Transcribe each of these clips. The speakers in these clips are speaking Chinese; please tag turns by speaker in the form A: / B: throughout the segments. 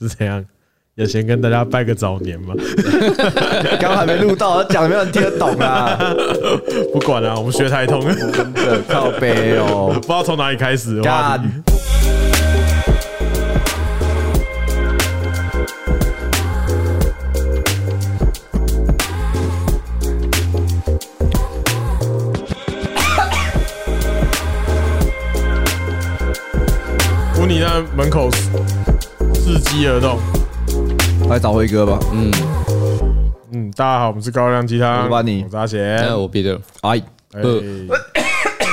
A: 是怎样？要先跟大家拜个早年嘛？
B: 刚刚还没录到，讲没有人听得懂啊，
A: 不管了、我们学台通，不
B: 真的靠背 哦
A: 知道从哪里开始。哇
B: 干，
A: 乌尼在门口伺机而动。
B: 来找辉哥吧。
C: 嗯，
A: 嗯，大家好，我们是高亮鸡
B: 我
A: 汤，
B: 是巴尼
A: 我是阿贤，
C: 那我别的
B: 哎，
A: 哎
C: 呃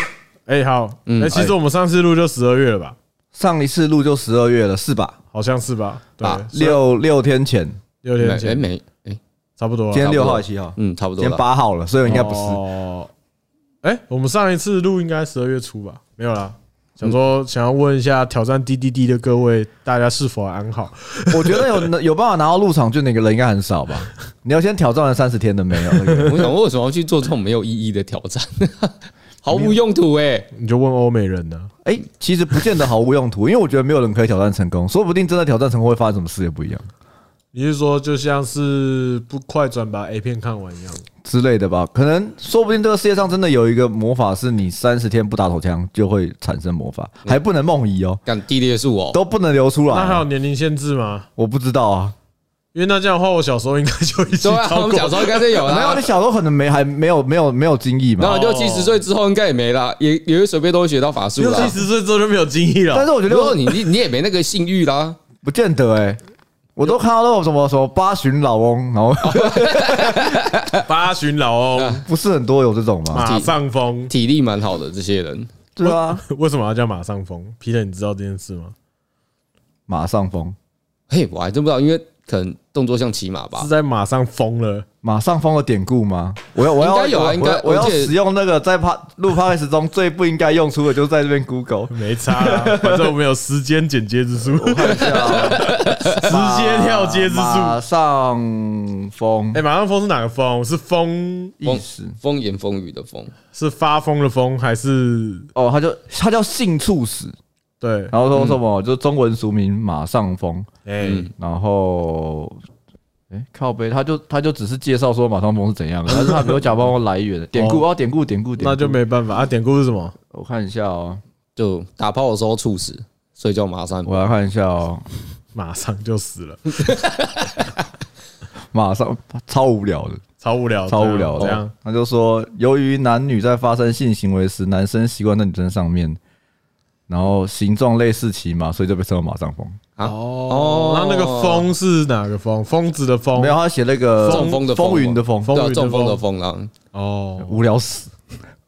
A: 哎好，
C: 嗯
A: 那其实我们上次录就十二月了吧？
B: 上一次录就十二月了，是吧？
A: 好像是吧？对
C: 啊，
B: 六六天前，
A: 六
C: 没
A: 天
C: 哎
A: 前，
C: 没哎，
A: 差不多啊了。
B: 今天
A: 差
B: 六号还是七号？
C: 嗯，差不
B: 今
C: 多
B: 天
C: 了。
B: 八号了，所以
A: 不多
B: 应该不是。
A: 哦，哎，我们上一次录应该十二月初吧？没有啦。想
C: 嗯
A: 说想要问一下挑战 DDD 的各位，大家是否安好？
B: 我觉得有有办法拿到入场券的人应该很少 吧？你要先挑战了三十天的没有？那 个
C: 我想为什么要去做这种没有意义的挑战， 毫无用途哎。
A: 你就问欧美人呢？
B: 哎、其实不见得毫无用途，因为我觉得没有人可以挑战成功，说不定真的挑战成功会发生什么事也不一样
A: 你是说就像是不快转把 A 片看完一样？
B: 之类的吧。可能说不定这个世界上真的有一个魔法，是你三十天不打手枪就会产生魔法，还不能梦遗哦，
C: 干地裂术哦，
B: 都不能流出来
A: 那还有
B: 哦。
A: 年龄限制吗？
B: 我不知道啊，
A: 因为那这样的话，我小时候应该就已经
C: 对啊，
A: 超
C: 我们
A: 过
C: 小时候应该是有
B: 没有，
C: 啦
B: 你，小时候可能没还没有没有没有经历
C: 然
B: 嘛。
C: 后六七十岁之后应该也没啦，也也会随便都会学到法术
A: 六
C: 啦
A: 七。十岁之后就没有精益
B: 但
A: 了。
B: 是我觉
C: 不过
B: 得
C: 你你你也没那个性欲啦，
B: 不见得哎、我都看到那种什么什么八旬老翁，然后
C: 啊
A: 八旬老翁
B: 不是很多有这种吗？
A: 马上疯，
C: 嗯体力蛮好的这些人，
B: 对啊，
A: 为什么要叫马上疯？皮特，你知道这件事吗？
B: 马上疯，
C: 嘿，我还真不知道，因为可能动作像骑马吧
A: 是。在马上疯了。
B: 马上疯的典故吗？我要我要
C: 应该有啊
B: 我
C: 应该
B: 我要
C: 我记得
B: 使用那个在帕录 p o d 中最不应该用出的，就是在这边 Google
A: 没差 啦，反正我们有时间剪接之术， 直
B: 一下啊
A: 接跳接之
B: 马
A: 术。
B: 上疯
A: 哎，马上疯是哪个疯？是疯
B: 意思
C: 风言风语的风，
A: 是发疯的疯，还是
B: 哦，他就他叫性猝死，
A: 对？
B: 然后说什么就中文俗名马上疯，
A: 哎，
C: 嗯，
B: 然后。哎，靠背，他就他就只是介绍说马上疯是怎 样的，但是他没有讲包括来源典故哦，典故典故典故，
A: 那就没办法啊。典故是什么？
B: 我看一下哦，
C: 就打炮的时候猝死，所以叫马上
B: 我来看一下哦，
A: 马上就死了，
B: 马上超无聊的，
A: 超无聊，
B: 超无聊
A: 这
B: 的。
A: 样
B: 他就说，由于男女在发生性行为时，男生习惯在女生上面，然后形状类似骑马，所以就被称为马上风。
C: 啊
A: 哦
C: 哦，
A: 那那个疯是哪个疯？疯子的疯
B: 没有，他写那个
C: 中风的风
B: 风云的风，
A: 哦风
C: 对啊
A: 雨的
C: 中风的
A: 风
C: 风啦，
A: 哦，
B: 无聊死，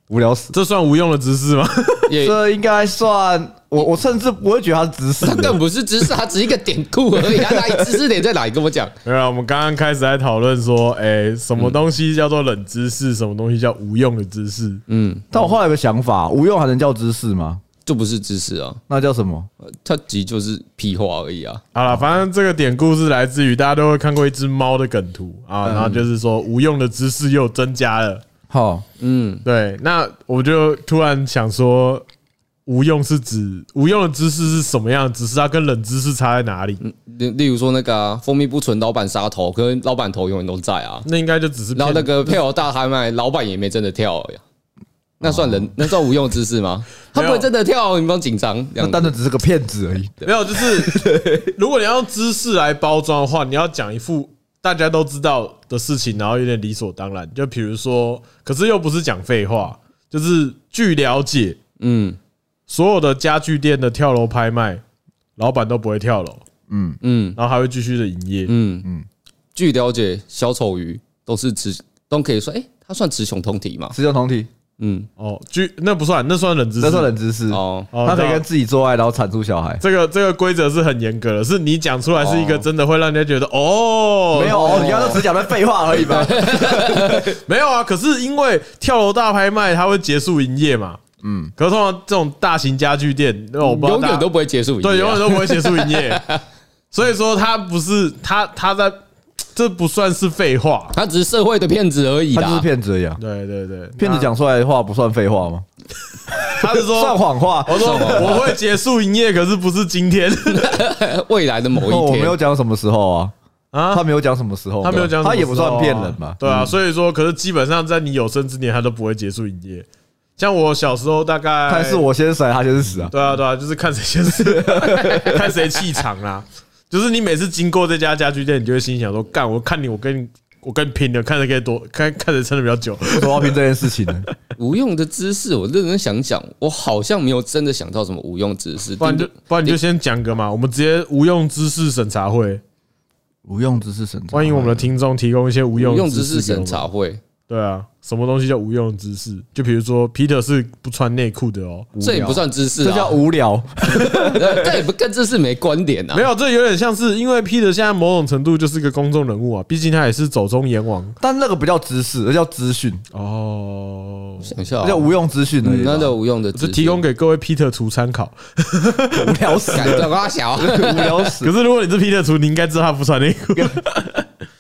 B: 无聊死。
A: 这算无用的知识吗？
C: 也
B: 这应该算我，我甚至不会觉得他是指
C: 他
B: 死
C: 根
B: 的。
C: 本不是知识，他只是一个典故而已。他哪里知识点在哪里？跟我讲，
A: 没有啊，我们刚刚开始在讨论说，哎，什么东西叫做冷知识，什么东西叫无用的知识？
C: 嗯，
B: 但我后来有个想法，无用还能叫知识吗？
C: 就不是知识啊，
B: 那叫什么？
C: 他其实就是屁话而已啊。
A: 好了，反正这个典故是来自于大家都会看过一只猫的梗图啊，
C: 嗯
A: 然后就是说无用的知识又增加了。
B: 好，
C: 嗯，
A: 对，那我就突然想说，无用是指无用的知识是什么样的知识？它跟冷知识差在哪里？
C: 例例如说那个啊蜂蜜不纯，老板杀头，可是老板头永远都在啊。
A: 那应该就只是
C: 然后
A: 骗
C: 那个配偶大开麦，老板也没真的跳呀。那算
A: 哦
C: 人，那算无用知识 吗？他不会真的跳，你不用紧张。这
B: 那
C: 样
B: 单纯只是个骗子而已。
A: 没有，就是 如果你要用知识来包装的话，你要讲一副大家都知道的事情，然后有点理所当然。就比如说，可是又不是讲废话，就是据了解，
C: 嗯
A: 所有的家具店的跳楼拍卖，老板都不会跳楼，
C: 嗯
A: 然后还会继续的营业。
C: 嗯嗯。据了解，小丑鱼都是雌，都可以说，哎，它算雌雄同体嘛？
B: 雌雄同体，
C: 嗯，
A: 哦，据那不算，那算冷知识
B: 这。算冷知识。
C: 哦，
A: 哦
B: 他可以
A: 对啊
B: 跟自己做爱，然后产出小孩。
A: 这个这个规则是很严格的，是你讲出来是一个
C: 哦
A: 真的会让人家觉得哦，
B: 没有哦，你刚刚只讲的废话而已 吧？
A: 没有啊，可是因为跳楼大拍卖，它会结束营业嘛。嗯，可是通常这种大型家具店，那我不知道
C: 永
A: 大家
C: 远都不会结束。
A: 对，永远都不会结束营 业。所以说，它不是它它在这不算是废话。
C: 他只是社会的骗子而已
B: 他就是
C: 啦。
B: 骗子而已啊。
A: 对对对，
B: 骗子
A: 那
B: 讲出来的话不算废话吗？
A: 他是
B: 算
A: 说，哦
B: 谎话。
A: 我说我会结束营业，可是不是今 天
C: 未来的某
B: 哦
C: 一
B: 我没
C: 天，
B: 有讲什么时候啊，
A: 啊
B: 他。没有讲什么时候，
A: 他没有讲什么时候啊，
B: 他也不算骗人嘛。嗯
A: 对啊，所以说，可是基本上在你有生之年，他都不会结束营业。像我小时候，大概
B: 但是我先死，他先死啊。
A: 对啊，对啊，就是看谁先死，看谁气场啦。就是你每次经过这家家具店，你就会心想说：“干，我看你，我跟你，我跟你拼了，看谁可以多，看看谁撑的比较久。
B: 为什么要拼这件事情呢？
C: 无用的知识，我认真想想，我好像没有真的想到什么无用知识。”
A: 不然就不然你就先讲个嘛，我们直接无用知识审查会，
B: 无用知识审查，
A: 欢迎我们的听众提供一些无
C: 无用
A: 用
C: 知
A: 知
C: 识
A: 识给我
C: 审
A: 们
C: 查。会，
A: 对啊，什么东西叫无用知识？就比如说皮特是不穿内裤的哦，
C: 这也不算知识
B: 这
C: 啊，
B: 叫无聊。
C: 呃这也不跟知识没关联啊。
A: 没有，这有点像是因为 Peter 现在某种程度就是个公众人物啊，毕竟他也是走中阎王
B: 但那个不叫知识，那叫资讯，
A: 哦。
C: 想笑
B: 那
C: 啊，
B: 叫无用资讯而已
C: 嗯
B: 吧。
C: 那叫无用的知
A: 就
C: 识，
A: 提供给各位 Peter 图参考。
B: 无聊死
C: 感
B: 了，
C: 动啊小，
B: 无聊死
A: 可
B: 了。
A: 是如果你是 Peter 图，你应该知道他不穿内裤。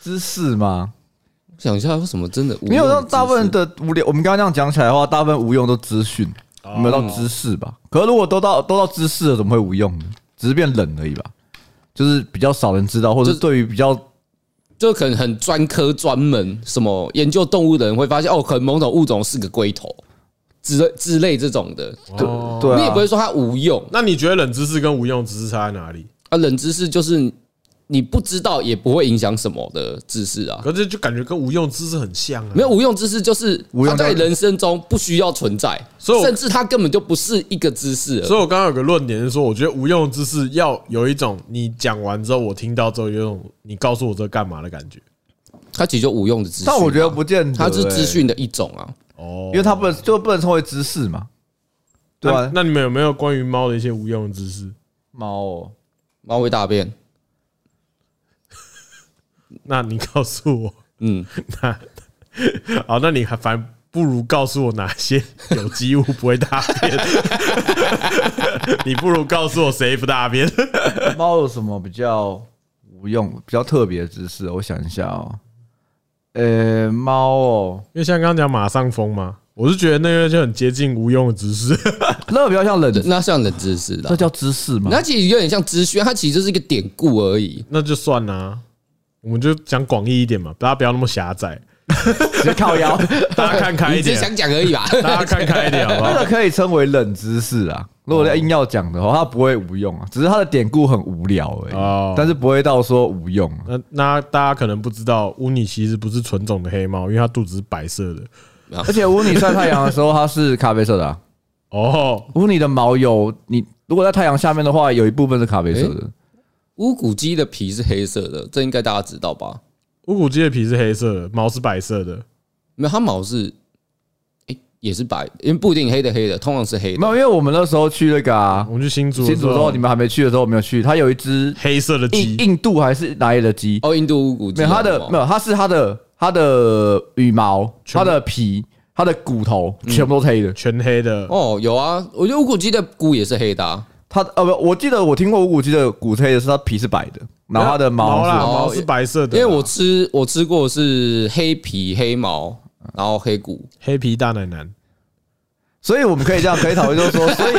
B: 知识嘛，
C: 想一下有什么真的无用的知识
B: 没有让大部分的无聊。我们刚刚这样讲起来的话，大部分无用都资讯，
C: 哦
B: 没有到知识吧？可是如果都到都到知识了，怎么会无用呢？只是变冷而已吧，就是比较少人知道，或者
C: 就是
B: 对于比较
C: 就可能很专科专门，什么研究动物的人会发现，哦，可能某种物种是个龟头之类之类这种的，
A: 哦
B: 对
C: 你也
B: 啊
C: 不，会说它无用
A: 那你觉得冷知识跟无用知识差在哪里？
C: 啊。冷知识就是你不知道也不会影响什么的知识啊。
A: 可是就感觉跟无用知识很像啊。
C: 没有，无用知识，就是
B: 无
C: 它
B: 用
C: 在
B: 到底
C: 人生中不需要存在，
A: 所以我
C: 甚至它根本就不是一个知识而已。
A: 所以我刚刚有个论点是说，我觉得无用知识要有一种你讲完之后，我听到之后有一种你告诉我这干嘛的感觉。
C: 它其实就无用的知识啊，
B: 但我觉得不见得，
C: 它是
B: 欸，
C: 资讯的一种啊。
A: 哦
B: 因为它不能就不能称为知识嘛，对啊
A: 那
C: 啊
B: 吧？
A: 那你们有没有关于猫的一些无用知识？
B: 猫哦，
C: 猫会大便，
A: 那你告诉我，
C: 嗯，
A: 那好，那你还反不如告诉我哪些有机物不会大 便？你不如告诉我谁不大便？
B: 猫有什么比较无用、比较特别的知识？我想一下哦，呃，猫哦，
A: 因为像刚刚讲马上风嘛，我是觉得那个就很接近无用的知识。
B: 那个比较像冷，
C: 那像冷知识的
B: 这
C: 啊，
B: 叫知识吗？
C: 那其实有点像资讯，它其实就是一个典故而已。
A: 那就算啦、我们就讲广义一点嘛，大家不要那么狭窄，
B: 比较靠腰，
A: 大家看开一
C: 你只
A: 点
C: 是，想讲而已吧？
A: 大家看开一点好不
B: 那
A: 好
B: 个？可以称为冷知识啊。如果硬要讲的话，它不会无用啊，只是它的典故很无聊而
A: 哦
B: 已， 但是不会到说无用啊。
A: 那那大家可能不知道，乌尼其实不是纯种的黑猫，因为它肚子是白色的。
B: 而且乌尼晒太阳的时候，它是咖啡色的啊。
A: 哦，
B: 乌尼的毛有你，如果在太阳下面的话，有一部分是咖啡色的。
C: 乌骨鸡的皮是黑色的，这应该大家知道吧？
A: 乌骨鸡的皮是黑色的，毛是白色的。
C: 没有，它毛是，诶也是白，因为不一定黑的黑的，通常是黑
B: 没
C: 的。
B: 有，因为我们那时候去那个啊
A: 我，们去新竹，
B: 新竹之后，你们还没去的时候，我没有去。它有一只
A: 黑色的
B: 印
A: 鸡
B: 印度还是哪里的鸡？
C: 哦，印度乌骨鸡
B: 没有，它
C: 毛
B: 的没有，它是它的它的羽毛、它的皮、它的骨头全部都是黑的。
A: 全黑的，
C: 哦，有啊，我觉得乌骨鸡的骨也是黑的、啊，
B: 它呃不，我记得我听过无骨鸡的骨是黑的是它皮是白的，然后它的毛
A: 毛啦，
B: 是哦
A: 毛是白色的
C: 因
B: 啊
A: 啦。
C: 为我吃我吃过是黑皮黑毛，然后黑骨，
A: 黑皮大奶男，
B: 所以我们可以这样可以讨论，就是说，所以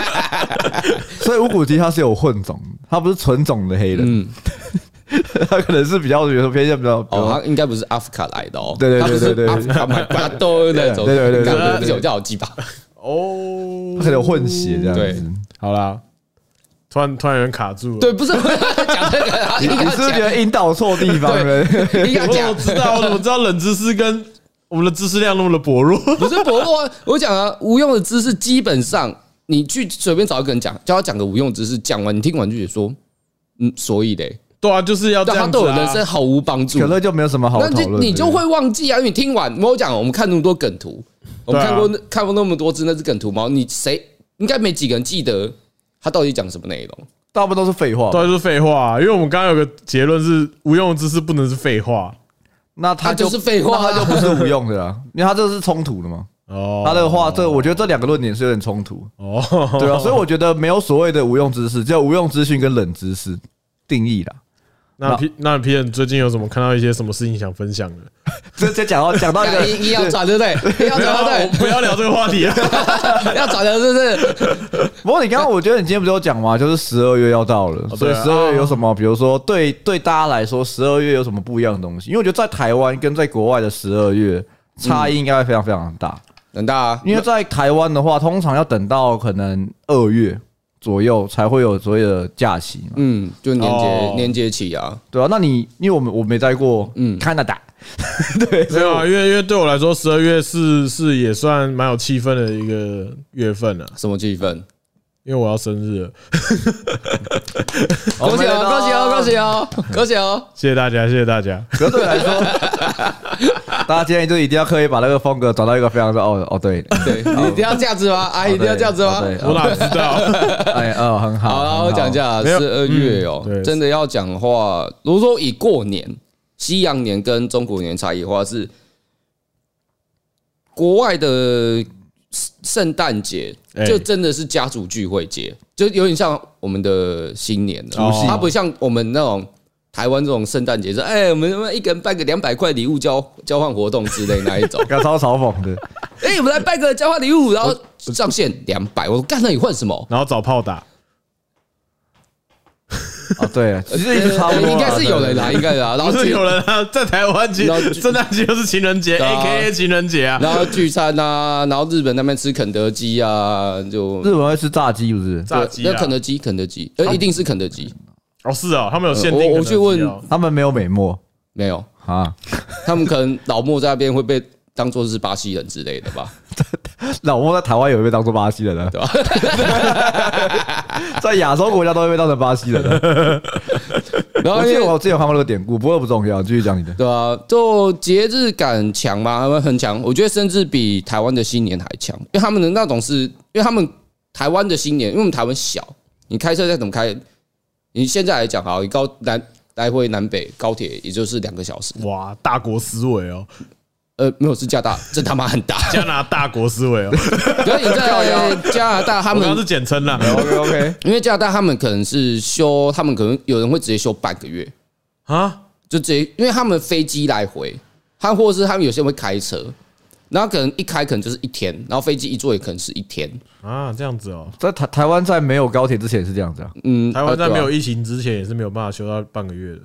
B: 所以无骨鸡它是有混种，它不是纯种的黑人，
C: 嗯，
B: 它可能是比较比如说偏向比较比较
C: 哦，它应该不是阿富卡来的哦，
B: 对对
C: 它不是
B: 对对对
C: 阿富卡买巴多那种，
B: 对对对对对
C: 干不
A: 对
C: 久叫我鸡巴，
A: 哦
B: 它可能有混血这样
C: 对
B: 子。
A: 好啦，突然突然有人卡住了。
C: 对，不是 讲这个啊，
B: 你
C: 应
B: 你
C: 该
B: 是不是觉得
C: 讲，
B: 引导错地方了？
C: 应 该
A: 我怎么
C: 讲，
A: 知道？我怎么知道冷知识跟我们的知识量那么的薄弱？
C: 不是薄弱啊，我讲啊，无用的知识基本上，你去随便找一个人讲，叫他讲个无用知识，讲完你听完就觉得说，嗯，所以嘞，
A: 对啊，就是
B: 哦
A: 要这
C: 对他
A: 样
C: 对
A: 子
C: 我
A: 啊
C: 人生毫无帮助
B: 可。乐就没有什么好讨
C: 那你
B: 论
C: 就
B: 的，
C: 你就会忘记啊，因为你听完我讲，我们看那么多梗图，我们
A: 对啊
C: 看过那看过那么多只那只梗图猫，你谁应该没几个人记得他到底讲什么内容？
B: 大部分都是废话。
A: 对，就是废话啊、因为我们刚刚有个结论是无用的知识不能是废话
B: 那它
C: 它就是废话啊
B: 那它就不是无用的啦，因为它这是冲突的嘛。
A: 哦。
B: 它的话，这我觉得这两个论点是有点冲突，
A: 哦，
B: 对啊，所以我觉得没有所谓的无用知识，只有无用资讯跟冷知识定义啦。
A: 那 P 那 P 人最近有什么看到一些什么事情想分享的？
B: 这这讲到讲到一个
C: 干硬硬要转对 不对？硬要
A: 不
C: 转
A: 要，啊我
C: 对
A: 不要聊这个话题啊！
C: 不对？要转的是不是？
B: 不过你刚刚我觉得你今天不是有讲吗？就是十二月要到了，所
A: 对
B: 以
A: 啊
B: 十二月有什么？比如说对对大家来说，十二月有什么不一样的东西？因为我觉得在台湾跟在国外的十二月差异应该会非常非常大。
C: 很大啊，
B: 因为在台湾的话，通常要等到可能二月左右才会有所谓的假期嘛，
C: 嗯，就年
A: 哦
C: 节年节起啊，
B: 对吧、那你因为我们我没待过，嗯
C: 嗯
B: ，Canada，
A: 没有啊，因为因为对我来说，十二月是是也算蛮有气氛的一个月份了、啊，
C: 什么气氛？
A: 因为我要生日了，
C: 恭喜哦，恭喜哦，恭！喜哦，恭 喜哦！
A: 谢谢大家，谢谢大家。
B: 可是对我来 说，大家今天就一定要刻意把那个风格找到一个非常的哦哦对，
C: 对，你一定要这样子吗？阿姨一定要这样子
B: 哦
C: 吗？
B: 对，
A: 我
B: 哦
A: 哪知道？
B: 哎哦很好，
C: 好
B: 很
C: 啦，我讲一。下啊，
A: 没有
C: 十二月哦
A: 嗯对，
C: 真的要讲的话，如果说以过年、西洋年跟中国年差异的话，是国外的圣诞节
A: 哎
C: 就真的是家族聚会节，就有点像我们的新年了
A: 除夕，
C: 它不像我们那种。台湾这种圣诞节是，哎、我们他妈一个人办个两百块礼物交交换活动之类那一种，
B: 刚超嘲讽的，
C: 哎、我们来办个交换礼物，然后上限两百，我说干，那你换什么？
A: 然后找炮打，
B: 哦对， 其实一直差不多啦，啊
C: 呃应该是有人来，
B: 对
C: 应该有啊，然后
A: 不是
C: 聚
A: 有人啊，在台湾其
C: 然后
A: 实
C: 就
A: 圣诞节就是情人节
C: 对
A: ，A
C: 啊
A: K A 情人节啊。
C: 然后聚餐啊，然后日本那边吃肯德基啊，就
B: 对日本会吃炸鸡，不是？
A: 炸鸡
C: 那
A: 啊
C: 肯！德基，肯德基，呃，一定是肯德基，
A: 哦，是哦，他们有限定
C: 呃
A: 肯
C: 我
A: 德
C: 我
A: 基
C: 去
A: 哦。
C: 问
B: 他们没有美墨
C: 没有，
B: 啊，
C: 他们可能老莫在那边会被当做是巴西人之类 的吧？
B: 老挝在台湾也会被当做巴西人呢，对吧？ 在亚洲国家都会被当成巴西人 的。
C: 然
B: 我
C: 后
B: 记
C: 因
B: 得
C: 为
B: 我之前有看过那个典故，不过不重要，继续讲你的。
C: 对啊，就节日感强嘛，他们很强，我觉得甚至比台湾的新年还强，因为他们的那种是，因为他们台湾的新年，因为我们台湾小，你开车再怎么开，你现在来讲好，你高南来回南北高铁也就是两个小时，
A: 哇，大国思维 哦，
C: 呃，没有是加大，这他妈很大。
A: 加拿大国思维哦，
C: 可是你在加拿大，他
A: 我刚刚是
C: 们
A: 简称啦。
B: OK OK，
C: 因为加拿大他们可能是休，他们可能有人会直接休半个月，
A: 啊，
C: 就直接因为他们飞机来回，他或者是他们有些人会开车，然后可能一开可能就是一天，然后飞机一坐也可能是一天。
A: 啊，这样子哦。
B: 在台台湾在没有高铁之前也是这样子啊。
C: 嗯，
A: 台湾在
C: 呃
A: 没有疫情之前也是没有办法休到半个月的。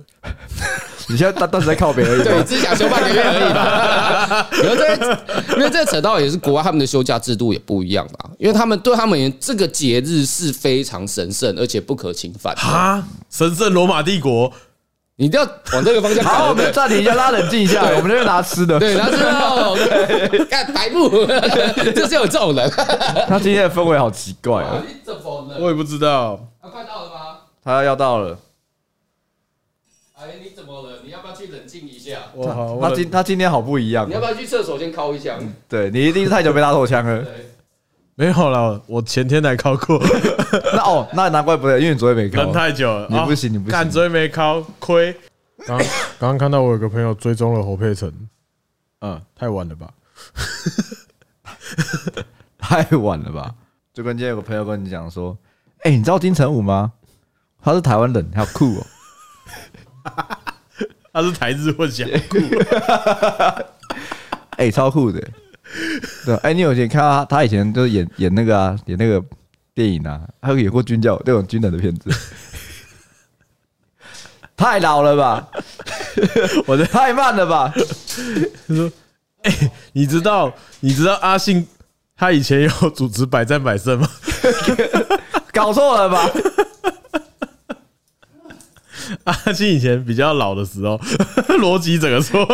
B: 你现在当当时在靠北而已
C: 对
B: 嘛。
C: 啊，对，只是想休半个月而已吧。 因为这，因为这扯到也是国外他们的休假制度也不一样啦，因为他们对他们而言这个节日是非常神圣而且不可侵犯的，
A: 啊，神圣罗马帝国
C: 你一定要往这个方向搞。
B: 好，我
C: 对不
B: 们
C: 对
B: 暂停一下，拉冷静一下，我们这边拿吃 的。
C: 对，他知道，干白布， 就是有这种人。
B: 他今天的氛围好奇怪啊！
C: 怎么
A: 我也不知道，
C: 啊，快到了吗？
B: 他要到了，
C: 哎，你怎么了？你要不要去冷静一下？
A: 我好
B: 他
A: 我
B: 今他今天好不一样啊
C: 你。要不要去厕所先敲一下？
B: 对你一定是太久被拉头枪 了。
C: 对，
A: 没有啦，我前天才考过，
B: 那哦，那难怪不对，因为你昨天没看
A: 人。太久了，
B: 你
A: 啊
B: 不行你不行
A: 干追没考亏。刚刚刚看到我有个朋友追踪了侯佩岑，
B: 嗯，
A: 太晚了吧？
B: 太晚了吧？就跟今天有个朋友跟你讲说，哎、你知道金城武吗？他是台湾人，好酷哦。
A: 他是台日混 血，
B: 哎、超酷的。对吧，哎、你有以前看到他，他以前就是演演那个啊，演那个电影啊，他有演过军教那种军人的片子。太老 了吧？我的太慢了吧？
A: 你知道你知道阿信他以前有主持百战百胜吗？
B: 搞错了吧？
A: 阿信以前比较老的时候， 逻辑整个错。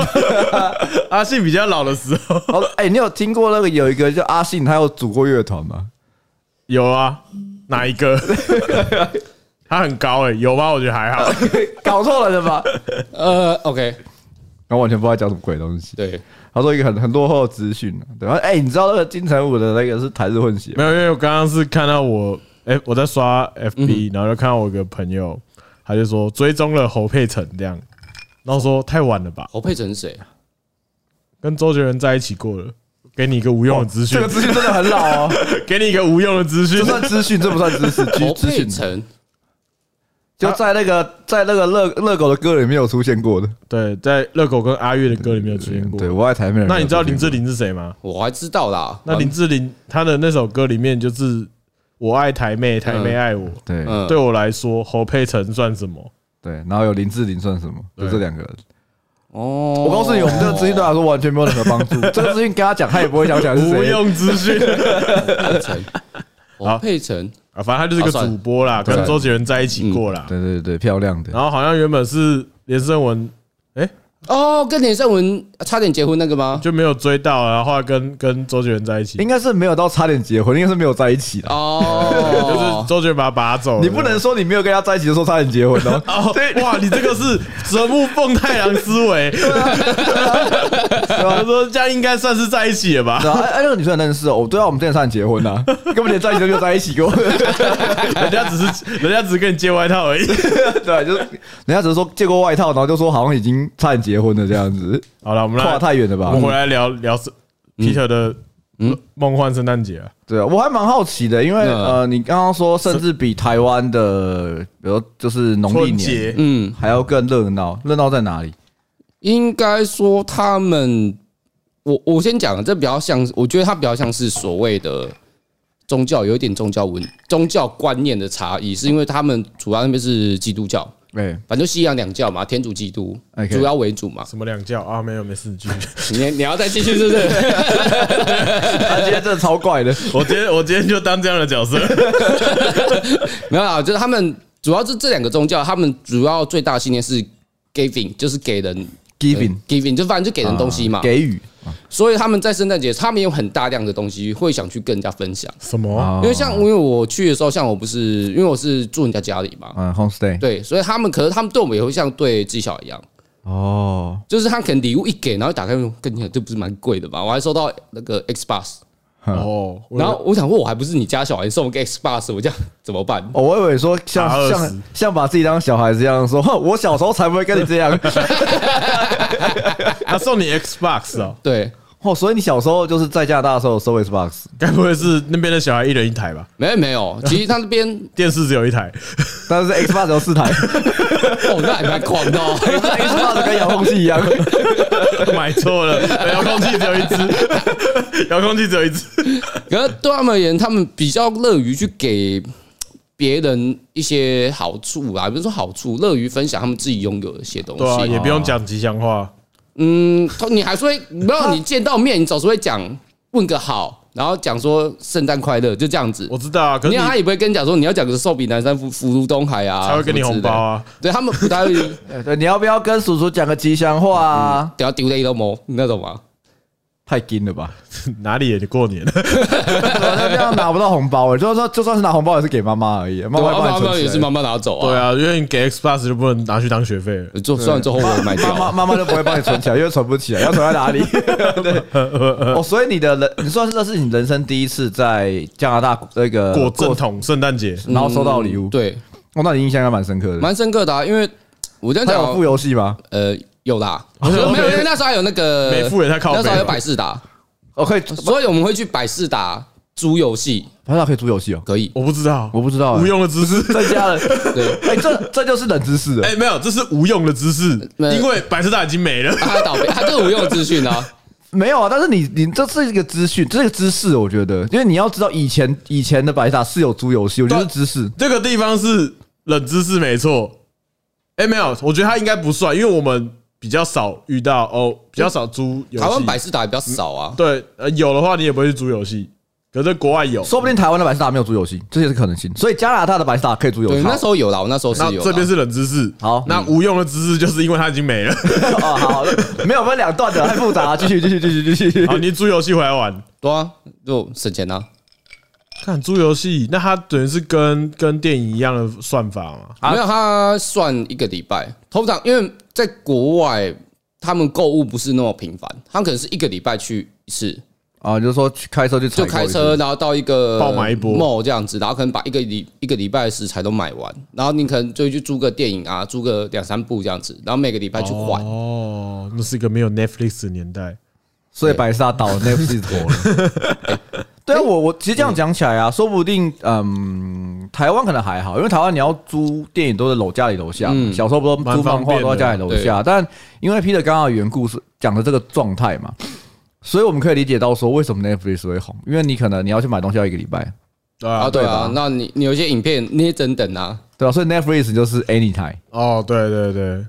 A: 阿信比较老的时候
B: 好，哎、你有听过那个有一个叫阿信，他有组过乐团吗？
A: 有啊，哪一个？ 他很高哎、有吗？我觉得还好。
B: 搞错了的吧？
C: 呃，OK，
B: 然后完全不知道讲什么鬼东西。啊
C: 对，
B: 他说一个很很落后的资讯啊，对吧？哎、你知道那个金城武的那个是台日混血吗，
A: 没有，因为我刚刚是看到我，哎、我在刷
B: 嗯
A: FB，、然后就看到我有个朋友，他就说追踪了侯佩岑这样，然后说太晚了吧，
C: 侯佩岑是谁？
A: 跟周杰伦在一起过了，给你一个无用的资讯
B: 这个， 资讯真的很老哦，
A: 给你一个无用的资讯哦
B: 这，算资讯，这不算知识，
C: 侯
B: 资
C: 佩
B: 讯
C: 岑
B: 就
A: 啊
B: 在那个在那个热热狗的歌里面有出现过的。
A: 对，在热狗跟阿月的歌里面有出现过。
B: 对我爱台妹。
A: 那你知道林志？玲是谁吗？
C: 我还知道啦。
A: 那林志玲她的那首歌里面就是“我爱台妹，台妹爱我
B: 对”。
C: 嗯
A: 对我来说，侯佩岑算什么？
B: 对，然后有林志玲算什么？就
A: 对
B: 这两个人。
C: 哦，
B: 我告诉你，我们这个资讯对他来说完全没有任何帮 助。这个资讯跟他讲，他也不会想起来是
A: 无
B: 谁。
A: 用资 讯
C: 佩晨，
A: 好
C: 哦，佩晨，
A: 啊！反正他就是
C: 啊
A: 个
C: 算了
A: 主播啦，
B: 对嗯
A: 跟周杰伦在一起过啦。
B: 对对对，漂亮的。
A: 然后好像原本是连胜文
C: 哦，跟连胜文差点结婚那个吗？
A: 就没有追到，然后后来跟跟周杰伦在一起，
B: 应该是没有到差点结婚，应该是没有在一起的。
A: 就是
C: 哦，
A: 周杰伦把他拔走了。
B: 你不能说你没有跟他在一起就说差点结婚哦。
A: 哦，哇，你这个是折木奉太郎思维。
B: 啊
A: 他说这样应该算是在一起了吧
B: 对？啊，哎、哎那个女生很认识哦，对啊，我们之前差点结婚呐、 根本连在一起都没有在一起过。啊
A: 人家只是人家只是跟你借外套而已。
B: 对，啊就是人家只是说借过外套，然后就说好像已经差点结婚了这样子，
A: 好了，我们来
B: 跨太远了吧
A: 我？们回来聊聊是 Peter 的
C: 嗯
A: 梦幻圣诞节啊。
B: 对啊，我还蛮好奇的，因为
C: 嗯
B: 呃，你刚刚说甚至比台湾的，比如就是农历
A: 春
B: 年
A: 节
C: 嗯，
B: 还要更热闹，热闹在哪里？
C: 应该说他们，我我先讲，这比较像，我觉得它比较像是所谓的宗教，有一点宗教文宗教观念的差异，是因为他们主要那边是基督教，
B: 哎，
C: 反正西洋两教嘛，天主基督
B: OK
C: 主要为主 嘛。
A: 什么两教啊？没有，没事，继续。
C: 你你要再继续是 不是？
B: 他啊今天真的超怪 的，
A: 我今天我今天就当这样的角色。
C: 没有啦，就是他们主要是这两个宗教，他们主要最大的信念是 giving，就是给人
B: giving
C: 呃 giving，就反正就给人东西嘛。
B: 啊给予
C: 所以他们在圣诞节，他们有很大量的东西会想去跟人家分享。
A: 什么？
B: 啊，
C: 因为像因为我去的时候，像我不是因为我是住人家家里嘛，
B: 嗯 homestay
C: 对，所以他们可是他们对我们也会像对自己小孩一样，
B: 哦，
C: 就是他可能礼物一给，然后打开说，跟你讲这不是蛮贵的嘛，我还收到那个 Xbox，
A: 哦，我
C: 然后我想问我还不是你家小孩送我个 Xbox，我这样怎么办？
B: 哦，我以为说像
A: 打二十
B: 像像把自己当小孩子一样说， 哼我小时候才不会跟你这样。
A: 他啊送你 Xbox 哦，
C: 对，
B: 哦，所以你小时候就是在加拿大的时候有收 Xbox，
A: 该不会是那边的小孩一人一台吧？
C: 没有没有，其实他那边
A: 电视只有一台，
B: 但是 Xbox 有四台
C: 哦，那还蛮狂的哦。
B: ，Xbox 跟遥控器一样。
A: 买错了，遥控器只有一只，遥控器只有一只。
C: 可是对他们而言，他们比较乐于去给别人一些好处啊，比如说好处，乐于分享他们自己拥有的一些东
A: 对啊，也
C: 西。
A: 不用讲吉祥话。
C: 嗯，他你还是会，没有你见到面，你总是会讲问个好，然后讲说圣诞快乐，就这样子。
A: 我知道啊，可
C: 你
A: 是你
C: 看他也不会跟你讲说你要讲个寿比南山福福如东海啊，
A: 才会给你
C: 什么之
A: 红
C: 类的
A: 包。啊。
C: 对他们不太会
B: 对，你要不要跟叔叔讲个吉祥话啊？
C: 屌丢雷都毛那种嘛。
B: 太金了吧！
A: 哪里也过年了，
B: 那这样拿不到红包欸，就是说就算是拿红包也是给妈妈而已，妈
C: 对
B: 妈会
C: 啊
B: 帮
C: 妈
B: 你
C: 妈
B: 存
C: 也是
B: 起来
C: 慢慢拿走啊。
A: 对，啊，因为你给 Xbox 就不能拿去当学费了。
C: 做虽然最后我也卖掉
B: 妈妈
C: 了，
B: 妈妈就不会帮你存起来，因为存不起来，要存在哪 里？对，哦，所以你的人，你算是这是你人生第一次在加拿大那个
A: 过正，统圣诞节，
C: 嗯
B: 然后收到礼物，
C: 对，
B: 哦，那你印象应该蛮深刻的。
C: 蛮深刻的、啊，因为我这样
B: 他
C: 讲
B: 有
C: 啊，
B: 付游戏吗？
C: 呃，有啦，
A: 哦
C: 没
A: 没
C: 有，没有，因为那时候还有那个
A: 没付也太靠北
C: 那
A: 了
C: 时候还有百事达，
B: 哦，可以，
C: 所以我们会去百事达租游戏，
B: 反正可以租游戏哦，
C: 可以，
A: 我不知道，
B: 我不知道欸
A: 无用的知 识。
B: 增加了。
C: 对，
B: 哎，这这就是冷知识了。
A: 哎，没有，这是无用的知识，
C: 呃
A: 因为百事达已经没了。
C: 啊、他倒霉，他这个无用资讯啊，
B: 没有啊，但是你你这是一个资讯，这是一个知识，我觉得，因为你要知道以前以前的白塔是有租游戏，我觉得是知识。
A: 这个地方是冷知识，没错。哎，没有，我觉得它应该不算，因为我们比较少遇到哦，比较少租游戏。
C: 台湾百事达也比较少啊，
A: 对，呃，有的话你也不会去租游戏，可是国外有。
B: 说不定台湾的白塔没有租游戏，这也是可能性。所以加拿大的白塔可以租游
C: 对，
B: 戏。
C: 那时候有啦，我那时候是
A: 那
C: 有啦，
A: 这边是冷知识，
B: 好
A: 那无用的知识就是因为它已经没了。
B: 哦，好，没有分两段的，太复杂了。继续，继续，继续，继续
A: 好，。你租游戏回来玩，
C: 对啊，就省钱啊，
A: 看租游戏，那它等于是跟跟电影一样的算法嘛？
C: 没有他算一个礼拜，通常因为在国外他们购物不是那么频繁，他们可能是一个礼拜去一次，
B: 啊，就是说去开车去
C: 就开车，然后到一个
A: 爆买一波
C: mall 这样子，然后可能把一个礼一个礼拜的食材都买完，然后你可能就去租个电影啊，租个两三部这样子，然后每个礼拜去换。
A: 哦，那是一个没有 Netflix 的年代。
B: 所以白沙岛 Netflix 火了。
A: 哎
B: 对啊，我我其实这样讲起来啊，说不定嗯，台湾可能还好，因为台湾你要租电影都是楼家里楼下，
C: 嗯
B: 小时候不都
A: 蛮
B: 租漫
A: 方
B: 画
A: 便
B: 都在
A: 的
B: 家里楼下，但因为 Peter 刚刚的缘故是讲的这个状态嘛，所以我们可以理解到说为什么 Netflix 会红，因为你可能你要去买东西要一个礼拜，
A: 对
C: 啊，
A: 啊，
C: 对
B: 对
C: 啊
B: 吧，
C: 那你你有些影片你也真等啊，
B: 对啊，所以 Netflix 就是 anytime，
A: 哦，对对对，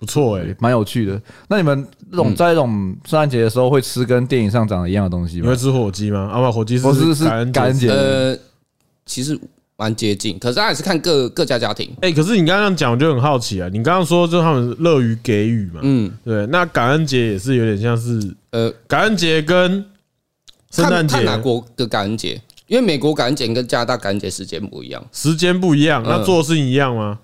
A: 不错哎、
B: 蛮有趣的。那你们这
C: 嗯
B: 种在这种圣诞节的时候会吃跟电影上长得一样的东西
A: 你
B: 吗
A: 会？吃火鸡吗？阿妈火鸡
B: 我是是
A: 感恩
B: 感恩
A: 节。
B: 节，
C: 呃，其实蛮接近，可是当然是看各各家家庭，
A: 哎、可是你刚刚讲，我就很好奇啊。你刚刚说，就是他们乐于给予嘛，
C: 嗯，
A: 对。那感恩节也是有点像是
C: 呃，
A: 感恩节跟圣
C: 看
A: 诞节
C: 看哪国的感恩节，因为美国感恩节跟加拿大感恩节时间不一样，
A: 时间不一样，
C: 嗯
A: 那做的事情一样吗？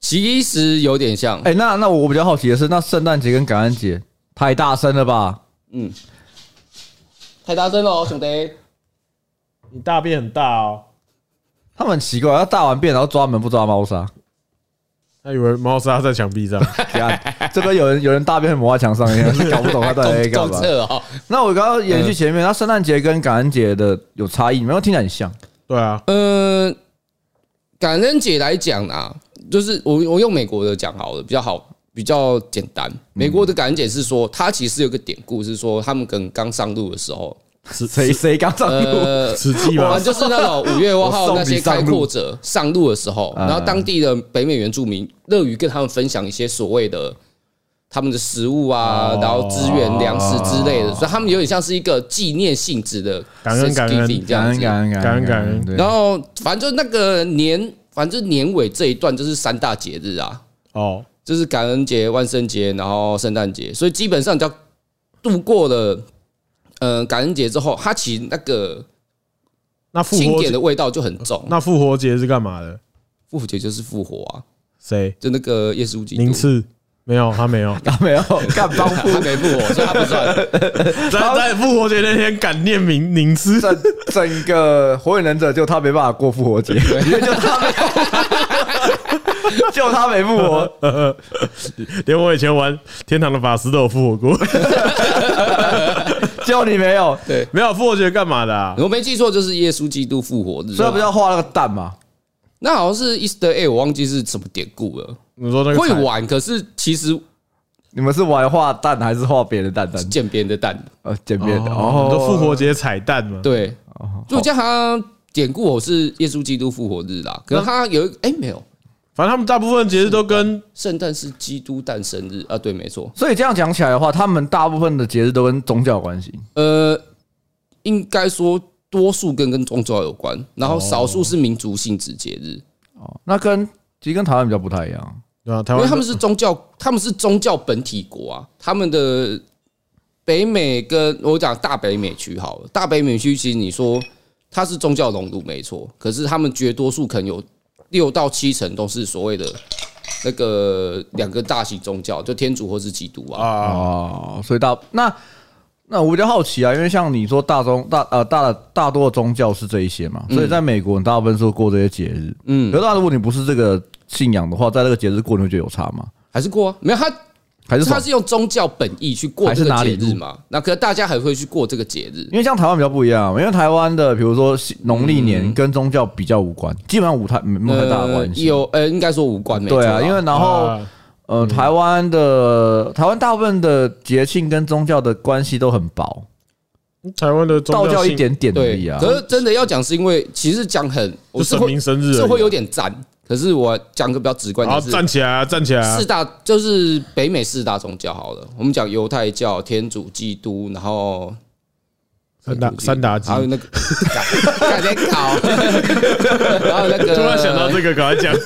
C: 其实有点像，
B: 哎、那那我比较好奇的是，那圣诞节跟感恩节太大声了吧？
C: 嗯，太大声了哦，兄弟，
A: 你大便很大哦，
B: 他们很奇怪，要大完便然后抓门不抓猫砂，
A: 他以为猫砂在墙壁 上。
B: 对啊，这跟有人有人大便会抹在墙上一样，是搞不懂他到底 在干嘛
C: 公公。厕哦，
B: 那我刚刚延续前面，那圣诞节跟感恩节的有差异，没有听起来很像。
A: 对啊，
C: 呃，感恩节来讲啊，就是我我用美国的讲好了，比较好，比较简单。美国的感恩节是说，它其实有个典故是说，他们跟刚上路的时候，
A: 是
B: 谁谁刚上路？
C: 呃，
A: 此际
C: 我
A: 吗
C: 们？就是那种五月五
B: 我
C: 号
B: 送
C: 那些
B: 你上
C: 开
B: 路
C: 拓者上路的时候，
B: 嗯
C: 然后当地的北美原住民乐于跟他们分享一些所谓的他们的食物啊
A: 哦，
C: 然后资源、粮食之类的，所以他们有点像是一个纪念性质的
A: 感恩感恩
C: Thanksgiving 这
B: 感
C: 样
B: 恩
C: 子。
A: 感
B: 感恩
A: 恩感
B: 感
A: 恩
B: 恩，对
C: 然后反正就那个年，反正年尾这一段就是三大节日啊，
A: 哦，
C: 就是感恩节、万圣节，然后圣诞节，所以基本上只要度过了。呃，感恩节之后，它其实那个
A: 那复
C: 庆
A: 活
C: 典
A: 节
C: 的味道就很重。
A: 那复活节是干嘛的？
C: 复活节就是复活啊，
A: 谁？
C: 就那个耶稣基督
A: 宁，次没有，他没有。
B: 啊没有干帮
C: 他没复活，所以他不
A: 在
C: 算。
A: 在复活节那天感念宁宁 次，
B: 整整个火影忍者就他没办法过复活节，因为就他没，就他没复活。
A: 连我以前玩天堂的法师都有复活 过。
B: 就你没有，
C: 对，
A: 没有复活节干嘛的啊？
C: 我没记错，就是耶稣基督复活日啊。
B: 所以不是要画那个蛋嘛？
C: 那好像是 Easter egg，我忘记是什么典故了。
A: 你说那个
C: 会
A: 彩
C: 玩，可是其实
B: 你们是玩画蛋还是画别的蛋蛋？
C: 捡别人的蛋。
B: 呃，简便的
A: 哦，
B: 哦
A: 你，说复活节彩蛋嘛？
C: 对，就叫他典故，我是耶稣基督复活日啦。可是他有一哎没有，
A: 反正他们大部分节日都跟
C: 圣诞是基督诞生日啊，对，没错。
B: 所以这样讲起来的话，他们大部分的节日都跟宗教有关系。
C: 呃，应该说多数跟跟宗教有关，然后少数是民族性质节日。
B: 哦，那跟其实跟台湾比较不太一样。
A: 对啊，台
C: 因
A: 湾
C: 为他们是宗教，他们是宗教本体国啊，他们的北美跟我讲大北美区好了，大北美区其实你说它是宗教熔炉没错，可是他们绝多数可能有六到七成都是所谓的那个两个大型宗教，就天主或是基督啊。
A: 啊，
B: 哦，所以大那那我比较好奇啊，因为像你说大宗大呃大的大多的宗教是这一些嘛，所以在美国你大部分是过这些节日。嗯，可是那如果你不是这个信仰的话，在这个节日过你会觉得有差吗？
C: 还是过啊？没有他，
B: 还是
C: 他
B: 爽
C: 是用宗教本意去过这个
B: 还
C: 节
B: 是哪里
C: 日嘛？那可是大家还会去过这个节日，
B: 因为像台湾比较不一样，啊因为台湾的比如说农历年跟宗教比较无关，基本上无太没有太大的关
C: 呃
B: 系。
C: 有呃，应该说无关没错
B: 对啊，
C: 啦
B: 因为然后
A: 啊
B: 呃，台湾的呃台湾大部分的节庆跟宗教的关系都很薄，
A: 台湾的宗
B: 道教
A: 教
B: 一
A: 信
B: 点点而
C: 对
B: 已啊。
C: 可是真的要讲，是因为其实讲很，我
A: 就是神
C: 会
A: 明生日而已啊，
C: 是会有点赞，可是我讲个比较直观
A: 好
C: 点是
A: 站起来啊，站起来啊
C: 四，大就是北美四大宗教好了，我们讲犹太教、天主、基督，然后
A: 三打三打鸡
C: 还。有那个 感觉搞，然后那个
A: 突然想到这个，赶快 讲。
C: 啊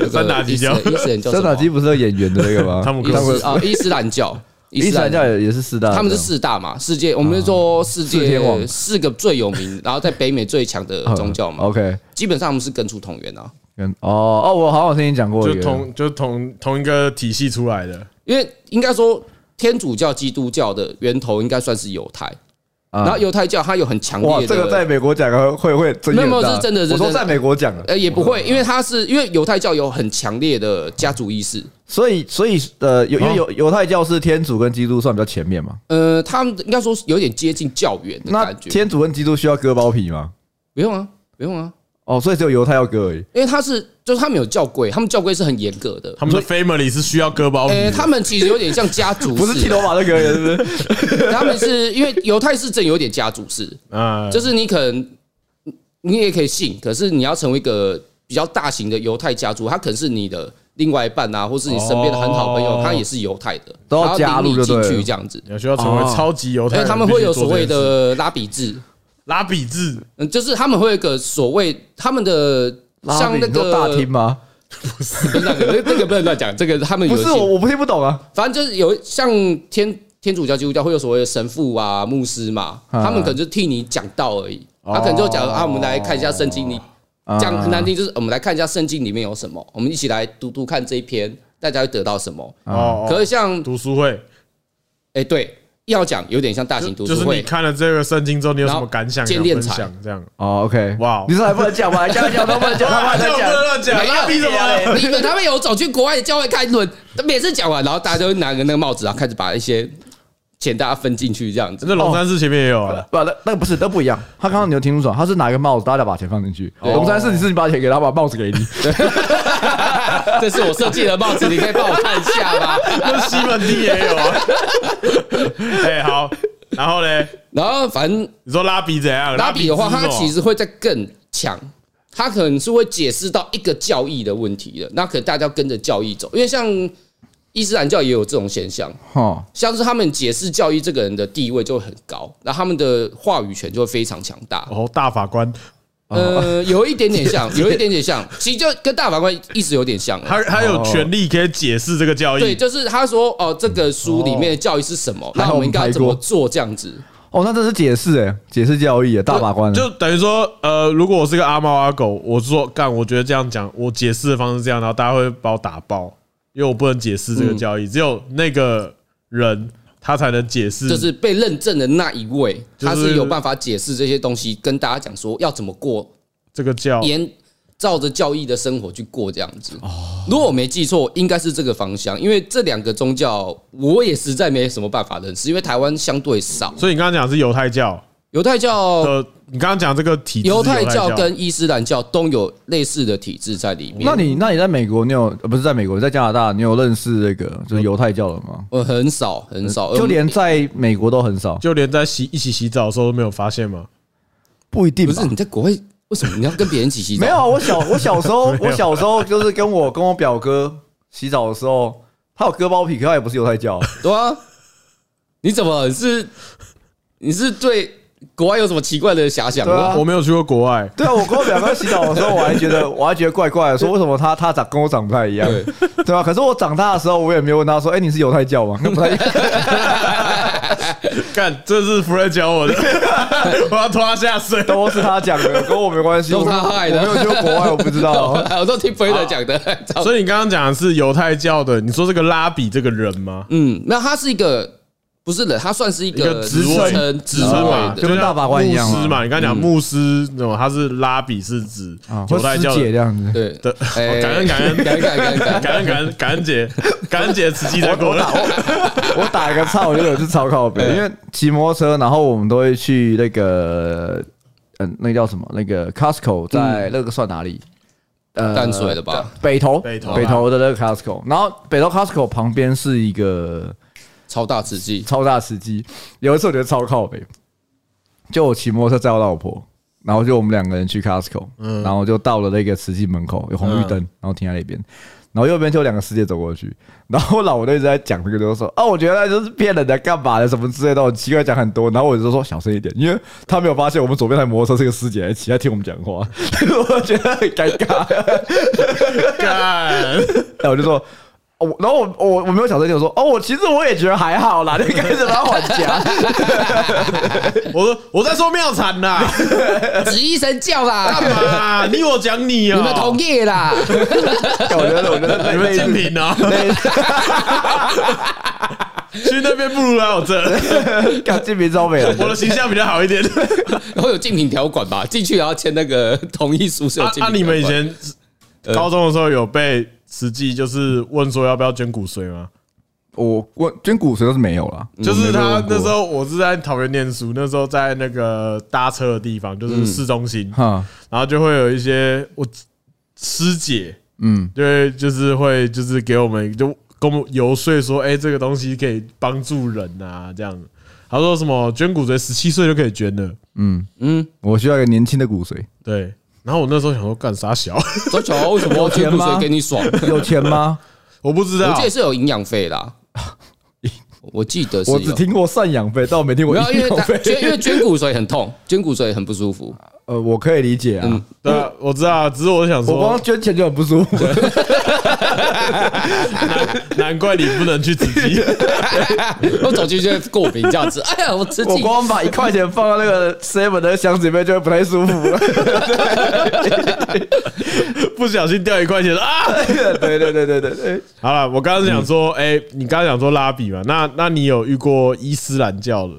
C: 那个
A: 三大基教
C: 伊斯伊斯兰教什
B: 三
C: 么，
B: 打基不是有演员的那个吗？
A: 汤姆
C: 伊
A: 克鲁
C: 斯啊伊斯兰教，
B: 伊斯兰教啊也也是四大，
C: 他们是四大嘛，世界我们是说世
B: 四天
C: 界
B: 王
C: 四个最有名， 然后在北美最强的
B: 嗯
C: 宗 教嘛，
B: OK，
C: 基本上他们是根出同源啊。
B: 嗯哦哦，我好像听你讲过一
A: 就
B: 个，
A: 同就同同一个体系出来的，
C: 因为应该说天主教、基督教的源头应该算是犹太，
B: 啊
C: 然后犹太教它有很强
B: 哇，
C: 烈
B: 这个
C: 的，
B: 在美国讲会会会争议很大
C: 没有没有是真的是
B: 我说
C: 真的
B: 在美国讲的，
C: 呃，也不会，因为它是因为犹太教有很强烈的家族意识，
B: 所以所以呃，有因
A: 哦
B: 为犹犹太教是天主跟基督算比较前面嘛，
C: 呃，他们应该说是有点接近教员的
B: 那
C: 感觉，
B: 天主跟基督需要割包皮吗？
C: 不用啊，不用啊，
B: 哦，所以只有犹太要割而已。
C: 因为他是就是他们有教规，他们教规是很严格的，
A: 他们的 family 是需要割包皮
C: 呃，
A: 的，
C: 他们其实有点像 家族
B: 不是剃
C: 式
B: 头
C: 的，
B: 发就可以了，是不是？
C: 他们是因为犹太是真有点家族式，
A: 啊，
C: 就是你可能你也可以信，可是你要成为一个比较大型的犹太家族，他可能是你的另外一半啊，或是你身边的很好朋
A: 哦
C: 友，他也是犹太的，
B: 都要
C: 然后
B: 加入
C: 领你
B: 就对
C: 进
B: 了
C: 去这样子，
A: 你要需要成为超级犹太
C: 因为
A: 人，
C: 哦他们会有所谓
A: 必须做这件事
C: 的拉比制，
A: 拉比制，
C: 嗯，就是他们会有一个所谓他们的
B: 拉
C: 像
B: 比
C: 那
B: 你说
C: 个
B: 大厅吗？
C: 不是那个，这个不能乱讲，这个他们有
B: 不
C: 一
B: 是
C: 些
B: 我，我不听不懂啊。
C: 反正就是有像天天主教、基督教会有所谓的神父啊、牧师嘛，
B: 嗯哦
C: 他们可能就替你讲道而已。他可能就讲啊，我们来看一下圣经里，
B: 啊
C: 讲很难听，就是我们来看一下圣经里面有什么，我们一起来读读看这一篇，大家会得到什么。
A: 哦，
C: 啊可是像
A: 读书会，
C: 哎，对，要讲有点像大型读
A: 就
C: 书
A: 是你
C: 会，
A: 看了这个圣经之后，你有什么感想？
C: 然后
A: 想
C: 见练
A: 分
C: 才
A: 享 这样，
B: 哦，OK，
A: 哇
B: 你说还不能讲吗？还讲讲都不能讲，他 们还在
A: 这
B: 讲
A: 样不能。乱讲，拉比怎么 了？
C: 你们他们有走去国外的教会开轮，每次讲完，然后大家就会拿个那个帽子，然后开始把一些钱大家分进去这样子。
A: 那龙山寺前面也有 啊，
B: 不，那那个不是，那不一样。他刚刚你有听不懂，他是拿一个帽子，大家把钱放进去。
C: 对
B: 龙山寺你自己把钱给他，把帽子给你。
C: 这是我设计的帽子，你可以帮我看一下吗？
A: 那西门町也有啊。 哎，好，然后嘞，
C: 然后反正
A: 你说拉比怎样？
C: 拉比的话，
A: 制是
C: 他
A: 什么
C: 其实会再更强，他可能是会解释到一个教义的问题的，那可能大家要跟着教义走，因为像伊斯兰教也有这种现象，
B: 哦，
C: 像是他们解释教义这个人的地位就会很高，那他们的话语权就会非常强大。
A: 哦，大法官，哦
C: 呃，有一点点 像，有一点点像，其实就跟大法官意思有点像。啊
A: 他他有权利可以解释这个教
C: 对，
A: 义。
C: 就是他说哦，这个书里面的教义是什
A: 哦
C: 么，那我们应该要怎么做这样子？
B: 哦，那这是解释哎，解释教育哎，大法官。
A: 就等于说，呃，如果我是个阿猫阿狗，我说干，我觉得这样讲，我解释的方式这样，然后大家会把我打爆，因为我不能解释这个交易，只有那个人他才能解释，
C: 就是被认证的那一位，
A: 嗯就是
C: 他是有办法解释这些东西，跟大家讲说要怎么过，
A: 这个教
C: 沿照着教义的生活去过这样子。
A: 哦
C: 如果我没记错，应该是这个方向，因为这两个宗教我也实在没什么办法认识，因为台湾相对少
A: 所以你刚刚讲的是犹太教
C: 犹太教。
A: 的，你刚刚讲这个体制是
C: 哦犹
A: 犹
C: 太
A: 太
C: 教跟伊斯兰教都有类似的体制在里面。
B: 那你那你在美国，你有呃不是在美国，在加拿大，你有认识那个就是犹太教的吗？
C: 我呃很少很少，呃
B: 就连在美国都很少，
A: 就连在洗一起洗澡的时候都没有发现吗？
B: 不一定
C: 不
B: 吧。
C: 是你在国外，为什么你要跟别人一起 洗澡？
B: 没有啊，我小我小时 候，我小时候就是跟我跟我表哥洗澡的时候，他有割包皮，可他也不是犹太教。
C: 对啊，你怎么是你是对国外有什么奇怪的遐想
B: 对
C: 吗？
B: 啊
A: 我没有去过国外，
B: 对啊，我跟我表哥洗澡的时候，我还觉 得我还觉得怪怪的，说为什么他他长跟我长不太一样，
C: 对
B: 对吧、可是我长大的时候，我也没有问他说，哎、你是犹太教吗？ 不太一样。
A: 干，这是福瑞教我 的，我要拖他下水。
B: 都是他讲的，跟我没关系。
C: 都
B: 我
C: 是他害的
B: 我没有去过国外，我不知 道。
A: 啊
C: 我都听朋友讲的。操
A: 所以你刚刚讲的是犹太教的，你说这个拉比这个人吗？
C: 嗯，那他是一个不是人，他算是一
A: 一个
C: 个
A: 职
C: 职
A: 位
C: 称嗯
A: 职称啊嘛，
C: 位
B: 就
C: 的
B: 跟大法官一样嘛啊
A: 牧师嘛，你刚刚讲牧师那种，他是拉比是指
B: 啊，或
A: 犹
B: 师
A: 太教
B: 姐这
A: 的。
B: 样子。
C: 对
A: 的
C: 哎
A: 哦感恩感恩
C: 感恩感恩感恩
A: 感恩感恩感恩 节，感恩节慈禧在过了。
B: 我打一个岔，我觉得我是超靠北，
C: 对
B: 因为骑摩托车，然后我们都会去那个，嗯，那个叫什么？那个 Costco
A: 嗯
B: 在那个算哪里？呃
C: 淡水的吧？
B: 北投，
A: 北投啊
B: 北投的那个 Costco，然后北投 Costco 旁边是一个
C: 超大 慈济，
B: 超大司机。有一次我觉得超靠北，就我骑摩托车载我老婆，然后就我们两个人去 Costco，、然后就到了那个慈济门口，有红绿灯，然后停在那边。然后右边就有两个师姐走过去，然后我老婆就一直在讲这个，就说：“哦，我觉得那就是骗人的，干嘛的，什么之类的，很奇怪，讲很多。”然后我就说：“小声一点，因为他没有发现我们左边台摩托车是个师姐在骑，在听我们讲话， 我觉得很尴尬。”
A: 干，
B: 然后我就说，哦，我然后我我我没有小声点，我说，哦，我其实我也觉得还好啦，你开始把我夹，
A: 我说我在说妙产啦，
C: 子医神教 啦，
A: 干嘛？你我讲你
C: 你
A: 啊，
C: 们同业啦，
B: 我觉得我觉得
A: 你们竞品啊，
B: 类似
A: 去那边不如来我 这，
B: 干这边招美了，
A: 我的形象比较好一点。啊
C: 然后有竞品条款吧，进去然后签那个同意书是有
A: 啊
C: 竞品条
A: 啊！
C: 款。
A: 你们以前高中的时候有被实际就是问说要不要捐骨髓吗？
B: 我我捐骨髓倒是没有啦，
A: 嗯就是他那时
B: 候
A: 候我是在桃园念书，那时候在那个搭车的地方，就是市中心，
B: 哈，
A: 然后就会有一些我师姐，
B: 嗯，
A: 就会就是会就是给我们就跟我们游说说，哎，这个东西可以帮助人啊，这样。他说什么捐骨髓十七岁就可以捐了，
B: 我需要一个年轻的骨髓，
A: 对。然后我那时候想说干啥小，
C: 说小啊豪为什么要捐骨髓给你爽？我
B: 有钱吗？
A: 我不
B: 啊
A: 知道
C: 记，得是有营养 费啦，我记得是
B: 我只
C: 有。
B: 听过赡养费，但我没听
C: 不
B: 过
C: 要，因
B: 医
C: 为
B: 疗
C: 他
B: 费。
C: 捐因为捐骨髓很痛，捐骨髓很不 舒服。
B: 呃，我可以理解啊
C: 嗯，
A: 对啊，我知道，只是我想
B: 我光
A: 说，
B: 捐钱就很不舒服。
A: 难怪你不能去自己。
C: 我走进去就会过敏这样子，哎呀，我吃
B: 我
C: 进
B: 光把一块钱放到那个 seven 的箱子里面，就会不太舒服了。
A: 不小心掉一块钱啊！
B: 对对对对对对，
A: 好了，我刚刚想说，
C: 嗯
A: 哎、你刚刚想说拉比嘛？那那你有遇过伊斯兰教的？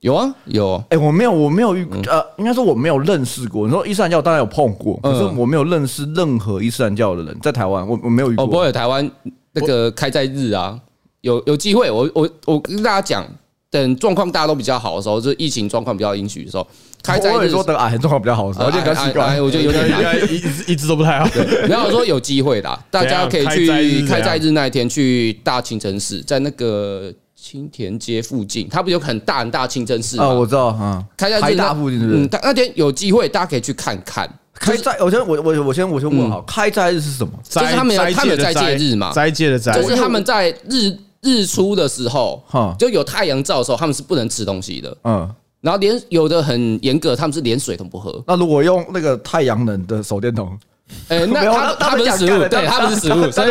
C: 有啊有，
B: 哎，我没有，我没有遇，呃，应该说我没有认识过。你说伊斯兰教当然有碰过，可是我没有认识任何伊斯兰教的人，在台湾我我没有遇
C: 哦，不
B: 过。
C: 会有台湾那个开在日啊，有有机会，我我我跟大家讲，等状况大家都比较好的时候，就是疫情状况比较允许的时候，开在
B: 我
C: 日
B: 也说等癌症状况比较好的时候，我觉得比较奇
C: 哎哎
B: 怪
C: 哎。我觉得有点
A: 应
C: 难。
A: 该一直一直都不太好。
C: 然后我说有机会 啦，大家可以
A: 怎样开斋日
C: 去
A: 怎样
C: 开斋日那一天去大清真寺，在那个青田街附近，它不有很大很大的清真寺
B: 啊，
C: 吗？
B: 我知道啊，
C: 开斋
B: 台
C: 日
B: 大
C: 那
B: 附近是不是
C: 嗯，？它那天有机会，大家可以去看看。
B: 开斋，我先我我我先我先问
C: 嗯
B: 好，开斋日是什么？
C: 就是他们有他们有斋戒日嘛
A: 斋戒的斋，
C: 就是他们在日日出的时候
B: 哈，
C: 就有太阳照的时候，他们是不能吃东西的。
B: 嗯，
C: 然后连有的很严格，他们是连水都不喝。
B: 那如果用那个太阳能的手电筒，
C: 哎，那
B: 没有
C: 他
B: 他
C: 他
B: 们
C: 不是
B: 讲
C: 食
B: 干
C: 物，
B: 了
C: 对他不是食
B: 他
C: 物，
B: 们
C: 所以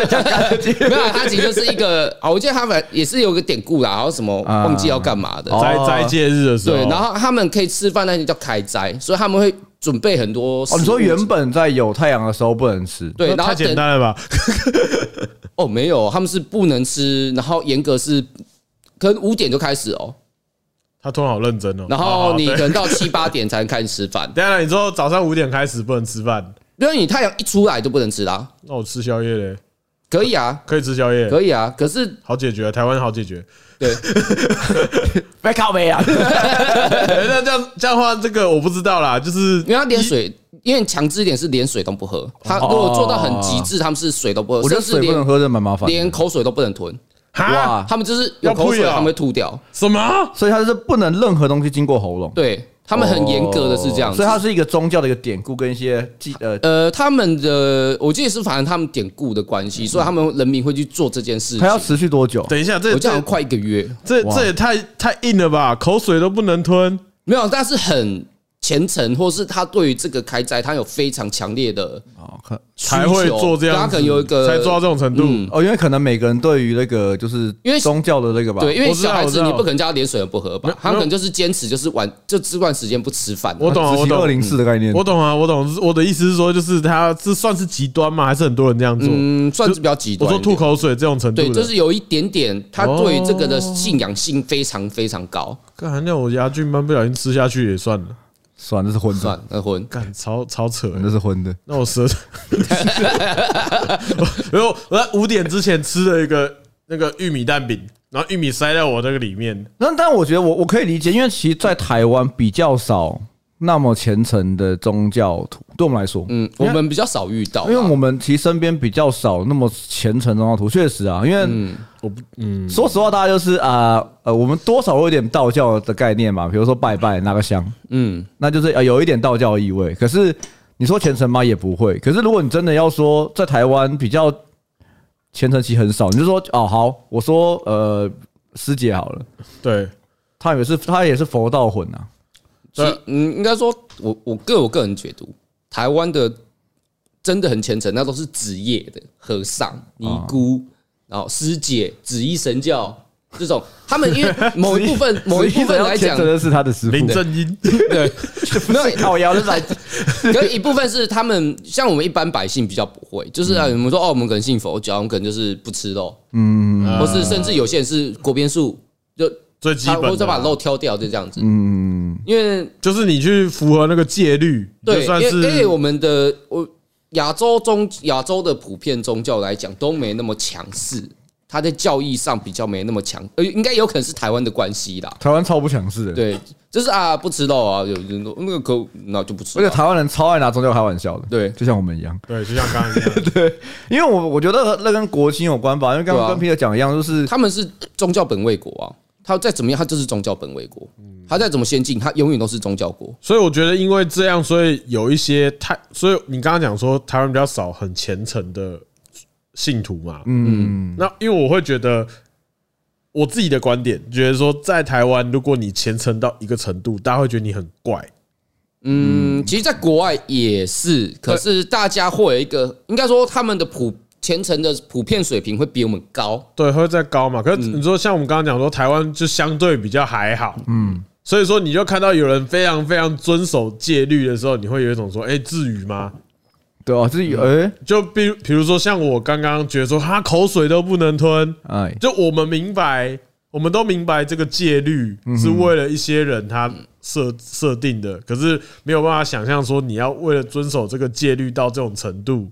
C: 没有，他其实就是一个啊，我记得他们也是有个典故啦，然后什么
B: 啊
C: 忘记要干嘛的，
A: 斋
B: 哦
A: 斋戒日的时候，
C: 对，然后他们可以吃饭那天叫开斋，所以他们会准备很多食物。
B: 哦，你说原本在有太阳的时候不能吃，
C: 对，然
A: 太
C: 后
A: 简
C: 等
A: 单了吧？
C: 哦没有，他们是不能吃，然后严格是可能五点就开始哦，
A: 他突然好认真哦。
C: 然
A: 好
C: 后
A: 好
C: 你
A: 对
C: 可能到七八点才能开始吃饭，
A: 等一下你说早上五点开始不能吃饭，
C: 因为你太阳一出来就不能吃啦。
A: 那我吃宵夜嘞？
C: 可以啊，
A: 可以吃宵夜，
C: 可以啊，可是
A: 好解决，台湾好解决。
B: 别靠背啊！
A: 哎那这样这样的话，这个我不知道啦，就是
C: 因为他连水，因为强制一点是连水都不喝。他如果做到很极致，他们是水都不喝，
B: 哦我觉得
C: 甚
B: 水
C: 至
B: 不
C: 连
B: 能啊喝，真的蛮麻烦的。
C: 连啊口水都不能吞。
A: 哈
B: 哇
C: 他们就是有口水，
A: 要吐呀
C: 他们会吐掉。
A: 什么？
B: 所以它是不能任何东西经过喉咙。
C: 对他们很严格的是这样
B: 哦
C: 子
B: 所以。它是一个宗教的一个典故跟一些记呃，
C: 呃，他们的我记得是反正他们典故的关系，所以他们人民会去做这件事
B: 它要
C: 情。
B: 持续多久？
A: 等一下，这
C: 我记得好像
A: 这
C: 快一个月，
A: 这这也太太硬了吧？口水都不能吞。
C: 没有，但是很虔诚，或是他对于这个开斋，他有非常强烈的
B: 哦，可
C: 需求
A: 才会做这样子，
C: 他啊可能有一个
A: 才做到这种程度。
C: 嗯
B: 哦，因为可能每个人对于那个就是
C: 因为
B: 宗教的那个吧，
C: 对，因为
A: 我知道
C: 小孩
A: 我知
C: 子
A: 道
C: 你不可能叫他连水都不喝
A: 没
C: 吧
A: 有？
C: 他可能就是坚持，就是晚就这段时间不吃饭。
A: 我懂啊，我
B: 二
A: 懂，
B: 零四的概念。
A: 我懂啊，我懂。我的意思是说，就是他这算是极端吗？还是很多人这样做？
C: 嗯，算是比较极
A: 我
C: 端
A: 说
C: 一点。
A: 吐口水这种程度
C: 对，
A: 的，哦
C: 就是有一点点，他对这个的信仰性非常非常高。
A: 干那我牙菌斑不小心吃下去也算了，
B: 算了，这是荤的，
C: 算那婚，
A: 干超超扯欸。
C: 嗯
B: 那是荤的。
A: 那我 舌，然后我在五点之前吃了一个那个玉米蛋饼，然后玉米塞在我这个里面，
B: 那但我觉得我我可以理解，因为其实，在台湾比较少那么虔诚的宗教徒，对我们来说，
C: 嗯，我们比较少遇到啦，
B: 因为我们其实身边比较少那么虔诚宗教徒，确实啊，因为
A: 我不嗯，
B: 说实话，大家就是啊呃，我们多少会有点道教的概念嘛，比如说拜拜拿个香，
C: 嗯，
B: 那就是呃有一点道教意味。可是你说虔诚吗？也不会。可是如果你真的要说在台湾比较虔诚，其实很少。你就说哦好，我说呃师姐好了，
A: 对，
B: 她也是 她也是佛道魂啊。
C: 其
A: 对
C: 嗯，应该说，我我个我个人解读，台湾的真的很虔诚，那都是职业的和尚、尼
A: 哦
C: 姑，然后师姐、紫衣神教这种，他们因为某一 部分某一部分来讲
B: 真，的 是他的师傅，
A: 林正英，
C: 对，没有
B: 靠腰的来，
C: 可是一部分是他们像我们一般百姓比较不会，就是
B: 嗯
C: 啊，我们说哦，我们可能信佛教，我们可能就是不吃肉，
B: 嗯，
C: 或是甚至有些人是锅边素，就
A: 啊最基
C: 他
A: 本
C: 或
A: 的
C: 者把
A: 啦，
C: 肉挑掉，就这样子。
B: 嗯，
C: 因为
A: 就是你去符合那个戒律，你就
C: 对，
A: 算
C: 因为因为
A: 是
C: 我们的我亚洲宗亚洲的普遍宗教来讲都没那么强势，它在教义上比较没那么强，呃，应该有可能是台湾的关系啦。
B: 台湾超不强势的，，
C: 对，就是啊，不吃肉啊，有人说那个可那就不吃
B: 而且
C: 啊。
B: 台湾人超爱拿宗教开玩笑的，
C: 对
B: 就像我们一样。
A: 对，就像刚刚一样，
B: 因为我我觉得那跟国情有关吧，因为刚刚
C: 对啊
B: 跟 Peter 讲一样，就是
C: 他们是宗教本位国啊，他再怎么样，他就是宗教本位国，他再怎么先进，他永远都是宗教国。
A: 所以我觉得，因为这样，所以有一些太，所以你刚刚讲说台湾比较少很虔诚的信徒嘛，嗯，那因为我会觉得我自己的观点，觉得说在台湾，如果你虔诚到一个程度，大家会觉得你很怪，
C: 嗯，其实，在国外也是，可是大家会有一个，应该说他们的普虔诚的普遍水平会比我们高。
A: 对，会再高嘛。可是你说像我们刚刚讲说，台湾就相对比较还好，嗯，所以说你就看到有人非常非常遵守戒律的时候，你会有一种说，哎，至于吗？
B: 对啊，就是有哎
A: 就比如比如说像我刚刚觉得说，他口水都不能吞，
B: 哎，
A: 就我们明白，我们都明白这个戒律是为了一些人他设设定的，可是没有办法想象说你要为了遵守这个戒律到这种程度，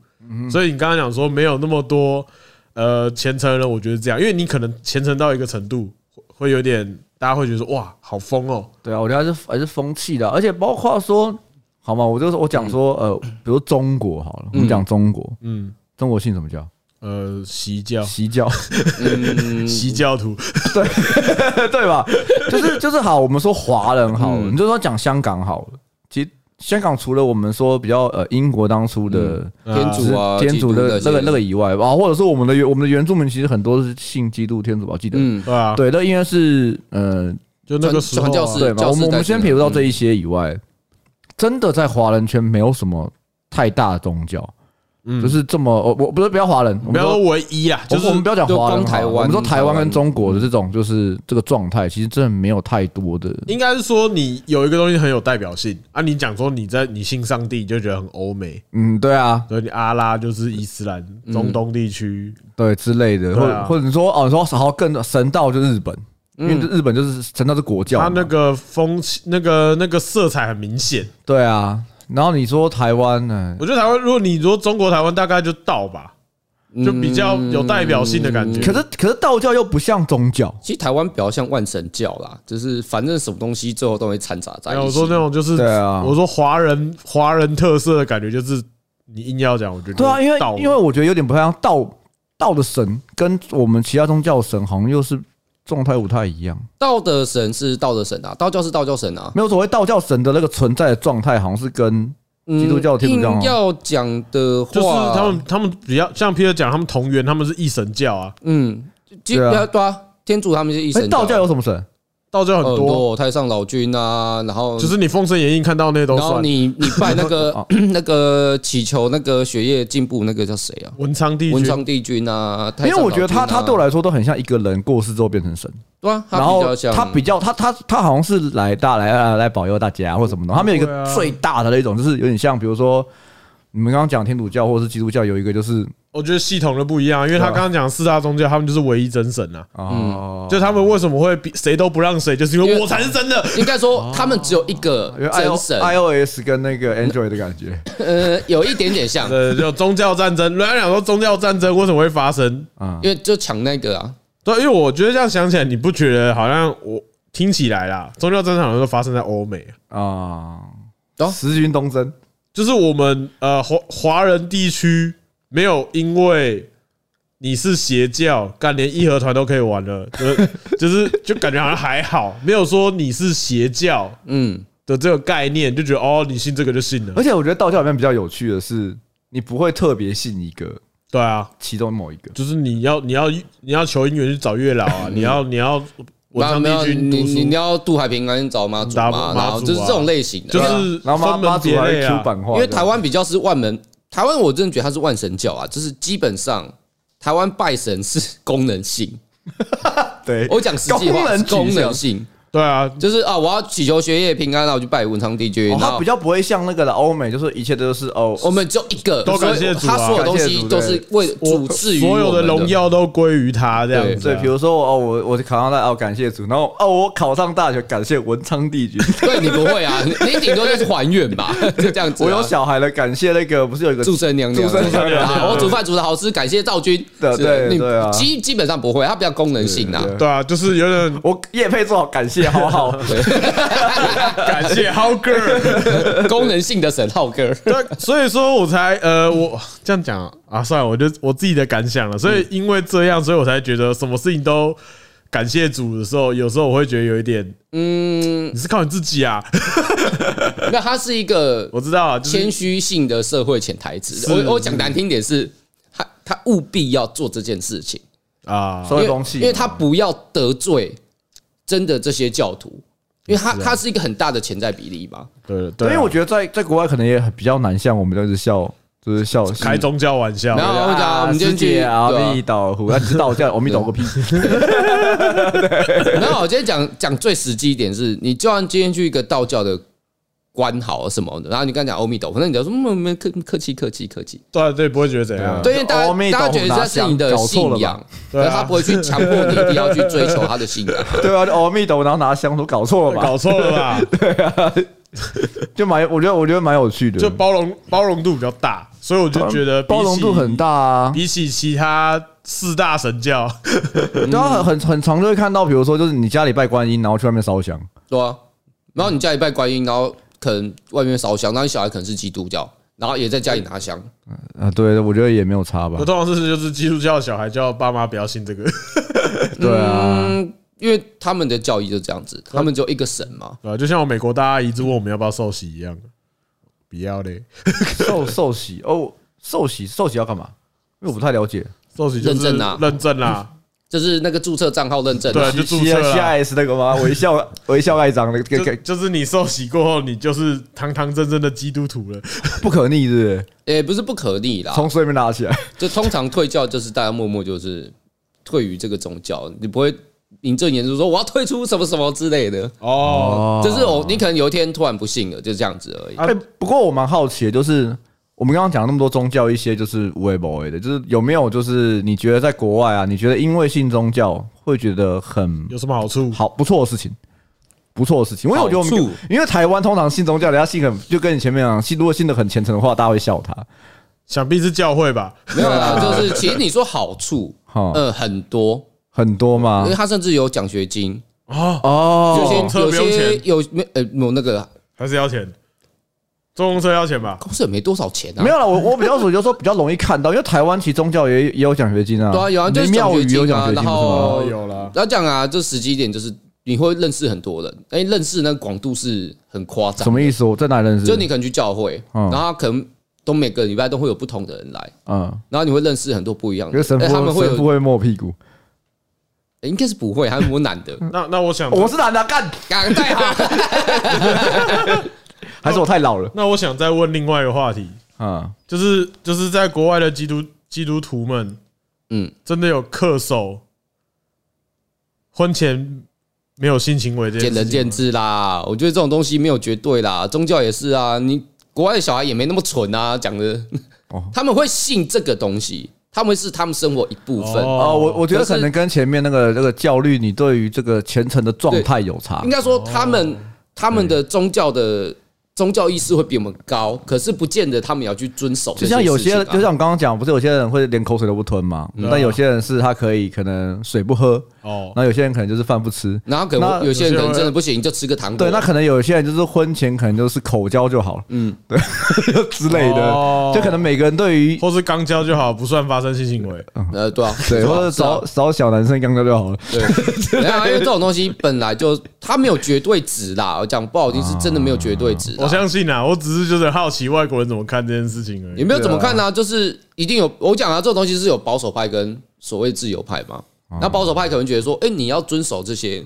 A: 所以你刚刚讲说没有那么多呃虔诚的人，我觉得这样，因为你可能虔诚到一个程度，会会有点大家会觉得说哇好疯哦，
B: 对啊，我觉得还是还是风气的，而且包括说，好嘛，我就是我讲说呃，比如中国好了，我们讲中国，
A: 嗯
B: 中国信什么教？
A: 呃习教
B: 习教，
C: 嗯，
A: 习教徒，
B: 对吧？就是就是好，我们说华人好了，你就说讲香港好了，其实香港除了我们说比较呃英国当初的。
C: 天主啊，
B: 天主的
C: 基
B: 那
C: 督
B: 个
C: 些
B: 那个，以外吧，或者说我们的原我们的原住民其实很多是信基督天主吧，我记得。
C: 嗯，
A: 对啊，
B: 对，那因为是呃，
A: 就那个时候
C: 传教
A: 啊
C: 士
B: 对吧？
C: 教
B: 我
C: 师
B: 们我
C: 带嗯
B: 们先
C: 进来
B: 撇除到这一些以外，真的在华人圈没有什么太大的宗教，
A: 嗯
B: 就是这么哦我我不是不要华人，
A: 不
B: 我们
A: 要
B: 说
A: 说唯一啊，就
B: 就
A: 是是
B: 我们不要讲
C: 就
B: 华人
C: 光
B: 好
C: 台
B: 了，我
C: 湾
B: 们说台湾
C: 台
B: 跟
C: 湾嗯
B: 中国的这种就是这个状态，其实真的没有太多的
A: 应该是说你有一个东西很有代表性啊，你讲说你在你信上帝，你就觉得很欧美，
B: 嗯，对啊，
A: 所以你阿拉就是伊斯兰中东地区，
B: 对之类的，或
A: 对
B: 者
A: 啊
B: 或者你说哦，你说好更神道就日本，因
C: 嗯
B: 为日本就是神道是国教嘛，
A: 它那个风气、那个那个色彩很明显。
B: 对啊。然后你说台湾呢？
A: 我觉得台湾，如果你说中国台湾，大概就道吧，就比较有代表性的感觉。
B: 嗯可是可是道教又不像宗教，
C: 其实台湾比较像万神教啦，就是反正什么东西最后都会掺杂在
A: 没
C: 一
A: 有，
C: 起。
A: 我说那种就是，
B: 对啊
A: 我说华人华人特色的感觉，就是你硬要讲，我觉得
B: 对啊，因为
A: 道
B: 因为我觉得有点不太像道道的神，跟我们其他宗教的神好像又是状态不太一样。
C: 道德神是道德神啊，道教是道教神啊，
B: 没有所谓道教神的那个存在的状态，好像是跟
C: 嗯
B: 基督教天主教啊
C: 硬要讲的话，
A: 就是他们他们比较像 Peter 讲，他们同源，他们是一神教啊，
C: 嗯，基
B: 对啊
C: 对啊，天主他们是一
B: 哎、
C: 神啊
B: 道教有什么神？
A: 道教很
C: 很
A: 多，啊
C: 多太上老君啊，然后
A: 就是你《封神演义》看到那些都
C: 然后
A: 算。
C: 你你拜那
B: 哦
C: 个那个祈求那个学业进步那个叫谁啊？
A: 文昌帝
C: 文
A: 君，
C: 昌帝君啊，
B: 因为我觉得他他
C: 他
B: 对我来说都很像一个人过世之后变成神，
C: 对啊，他
B: 然
C: 比
B: 后
C: 较像
B: 他比较他他他好像是来大来来来保佑大家或什么的，他们有
A: 对
B: 一个
C: 哦
A: 啊
B: 最大的那种，就是有点像比如说你们刚刚讲天主教或是基督教有一个就是
A: 我觉得系统的不一样，因为他刚刚讲四大宗教，他们就是唯一真神啊。
C: 嗯
B: 哦，
A: 就他们为什么会比谁都不让谁，就是因
C: 因
A: 为
C: 为
A: 我才是 真的。
C: 应该说他们只有一个
B: 因为哦 I
C: 真
B: O
C: 神，
B: I O S 跟那个 Android 的感觉
C: 呃，有一点 点 像，
A: 呃，就宗教战争，人家讲说宗教战争为什么会发生？
B: 啊
C: 因，为就抢那个啊，
A: 对，因为我觉得这样想起来，你不觉得好像我听起来啦，宗教战争好像都发生在欧美，
B: 啊
C: 哦，
B: 十军东征，
A: 就是我们呃华华人地区没有因为你是邪教，干连义和团都可以玩了，就是 就是就感觉好像还好，没有说你是邪教，
C: 嗯，
A: 的这个概念，就觉得哦，你信这个就信了
C: 哎
B: 而。且我觉得道教里面比较有趣的是，你不会特别信一个
A: 对啊，
B: 其中某一个，
A: 就是你要你要你要求姻缘去找月老 啊，你要你要文昌
C: 没有
A: 帝君
C: 你
A: 读
C: 你你
A: 书，
C: 要渡海平安找妈祖
A: 打
C: 嘛，
A: 妈
C: 然后
A: 祖
C: 就是
A: 啊
C: 这种类型的，
A: 就
C: 对啊
A: 是
B: 然后妈
A: 分
B: 妈
A: 门
B: 祖
A: 别
B: 还
A: 类
B: Q
A: 啊。
B: 版画，
C: 因为台湾比较是万门，台湾我真的觉得它是万神教啊，就是基本上台湾拜神是功能性。
B: 对
C: 我讲实际话，是
B: 功能取向哦
C: 功能性。
A: 对啊，
C: 就是啊，我要祈求学业平安，那我就拜文昌帝君。
B: 哦
C: 然
B: 他
C: 后
B: 比较不会像那个的欧美，就是一切都是哦，
C: 我们就一个，
A: 都感谢主
C: 所以
A: 啊
C: 他所有东西都是为主赐予
A: 所有
C: 我
A: 的
C: 们的
A: 荣。耀都归于他这样子
B: 对，
A: 啊。
B: 比如说我哦，我我考上大哦，感谢主，然后哦，我考上大学，感谢文昌帝 君，
C: 对你不会啊，你你顶多就是还愿吧， 就这样子啊。
B: 我有小孩了，感谢那个不是有一个
C: 祝生娘娘，
B: 祝生娘娘
C: 啊我煮饭煮的好吃，感谢赵军。
B: 对
C: 是的
B: 对
C: 你
B: 对啊
C: 基基本上不会，它比较功能性啊
B: 对。
A: 对啊，就是有点
B: 我叶配做好，感谢好 好，
A: 感谢 How Girl，
C: 功能性的沈浩哥，
A: 对，所以说我才呃，我这样讲啊，算了，我就我自己的感想了。所以因为这样，所以我才觉得什么事情都感谢主的时候，有时候我会觉得有一点，嗯，你是靠你自己啊，
C: 那它是一个
A: 我知道啊，就是
C: 谦虚性的社会潜台词。
A: 是
C: 我我讲难听点是，他他务必要做这件事情，
A: 啊，
B: 收
C: 因
B: 一
C: 为
B: 风气，
C: 因为他不要得罪真的这些教徒，因为他
A: 是啊
C: 他是一个很大的潜在比例嘛。
A: 对了对
B: 对，
A: 啊，
B: 因为我觉得在在国外可能也很比较难像我们这样子笑，就是笑
A: 开宗教玩笑，
C: 然后我讲我们今天去
B: 阿
C: 对啊
B: 弥陀佛，那只是道教，阿弥陀个屁，
C: 没有，我今天讲讲最实际一点是，你就算今天去一个道教的关好啊什么的，然后你刚讲阿弥陀佛，那你就说嗯，没客客气客气客气，
A: 对啊对，不会觉得怎样，
C: 对，因为大
B: 呃阿弥陀
C: 家大
B: 佛
C: 家觉得这是你
B: 拿香
C: 的信
B: 搞错了
C: 仰
B: 吧，
A: 对啊
C: 可是他不会去强迫你一定要去追求他的信仰。
B: 对啊，就阿弥陀，然后拿香都搞错了吧？
A: 搞错了吧？
B: 就蛮，我觉得我觉得蛮有趣的，嗯
A: 就包容包容度比较大，所以我就觉得比起
B: 包容度很大啊。
A: 比起其他四大神教，
B: 对啊，很很很常就会看到，比如说就是你家里拜观音，然后去外面烧香，
C: 对啊，然后你家里拜观音，然后可能外面烧香，然后你小孩可能是基督教，然后也在家里拿香，
B: 啊，对，我觉得也没有差吧
A: 我。通常是就是基督教小孩叫爸妈不要信这个，
B: 对啊，
C: 嗯，因为他们的教义就这样子，他们就一个神嘛，
A: 对吧？啊就像我美国大阿姨一直问我们要不要受洗一样，不要嘞，
B: 受受洗哦，受洗受洗要干嘛？因为我不太了解。
A: 受洗就是
C: 认证啊
A: 认证啦，
C: 就是那个注册账号认证啊，
A: 对，就注册
B: C
A: 啦。
B: S 那个吗？微笑微笑盖章那个，
A: 就
B: 给给
A: 就是你受洗过后，你就是堂堂正正的基督徒了。
B: 不可逆，是不是？
C: 也不是不可逆啦，
B: 从水里面拿起来。
C: 就通常退教就是大家默默就是退于这个宗教，你不会名正言顺说我要退出什么什么之类的，
A: 哦，
C: 就是哦，你可能有一天突然不信了，就这样子而已。
A: 啊
B: 哎、不过我蛮好奇的，就是我们刚刚讲那么多宗教，一些就是无为不为的，就是有没有就是你觉得在国外啊，你觉得因为信宗教会觉得很
A: 有什么好处？
B: 好不错的事情，不错的事情。因为我觉得我
C: 好
B: 们
C: 处
B: 因为台湾通常信宗教，人家信很就跟你前面讲，信如果信的很虔诚的话，大家会笑他。
A: 想必是教会吧？
C: 没有啦，就是啊其实你说好处，
B: 哈、
C: 呃，很多，
B: 很多吗
C: 因为？他甚至有奖学金，
A: 哦，
C: 呃
B: 啊
C: 有
B: 哦，
C: 些有
A: 车不用
C: 些
A: 钱
C: 有没呃有那个
A: 还是要钱？坐公车要钱吧？
C: 公司也没多少钱啊，
B: 没有了，我我比较属于就是说比较容易看到，因为台湾其实宗教也也有奖学金啊，
C: 对啊有啊就是
B: 你庙宇有奖学
C: 奖学金啊
B: 金不是
C: 然后
B: 吗？
A: 哦，有了。
C: 要讲啊，这时机点就是你会认识很多人，哎，认识那个广度是很夸张。
B: 什么意思？我在哪里认识？
C: 就你可能去教会，
B: 嗯
C: 然后他可能都每个礼拜都会有不同的人来，
B: 嗯，
C: 然后你会认识很多不一样
B: 因
C: 的
B: 为神
C: 人，
B: 父
C: 哎，他们会
B: 神父
C: 有，
B: 会摸我屁股。
C: 哎应该是不会，他们摸男 的，
A: 那那我想，
C: 哦
B: 哦我是男的，干
C: 敢 太好，
B: 还是我太老了？
A: 那我想再问另外一个话题，
B: 嗯，
A: 就是就是在国外的基督基督徒们，
C: 嗯，
A: 真的有恪守婚前没有性行为这件
C: 见
A: 事
C: 仁
A: 情
C: 见
A: 吗
C: 智啦。我觉得这种东西没有绝对啦，宗教也是啊，你国外的小孩也没那么蠢啊，讲的
B: 哦，
C: 他们会信这个东西，他们是他们生活一部分。
A: 哦
B: 哦，我我觉得
C: 可是
B: 可能跟前面那个那个焦虑，你对于这个虔诚的状态有差
C: 应。该说他
B: 哦
C: 们他们的宗教的宗教意识会比我们高，可是不见得他们也要去遵守
B: 就
C: 这些事情
B: 像
C: 啊。
B: 有些，就像我刚刚讲，不是有些人会连口水都不吞吗？但有些人是他可以可能水不喝，
A: 哦，
B: 那有些人可能就是饭不吃。
C: 然后可
B: 那
C: 能有些人
A: 有些人
C: 可能真的不行，就吃个糖果。啊
B: 对，那可能有些人就是婚前可能就是口交就好了，嗯，对 之类
A: 哦
B: 的，就可能每个人对于
A: 或是肛交就好，不算发生性行为。
B: 嗯
C: 呃，对啊，
B: 对，
C: 是啊
B: 或者
C: 是啊
B: 找找小男生刚刚就好了。
C: 对，没有啊，因为这种东西本来就它没有绝对值啦。我讲不好听，是真的没有绝对值啦。
A: 我相信啊，我只是就是好奇外国人怎么看这件事情而已。
C: 也没有怎么看呢、啊就是一定有我讲啊，这种东西是有保守派跟所谓自由派嘛。那保守派可能觉得说，哎，你要遵守这些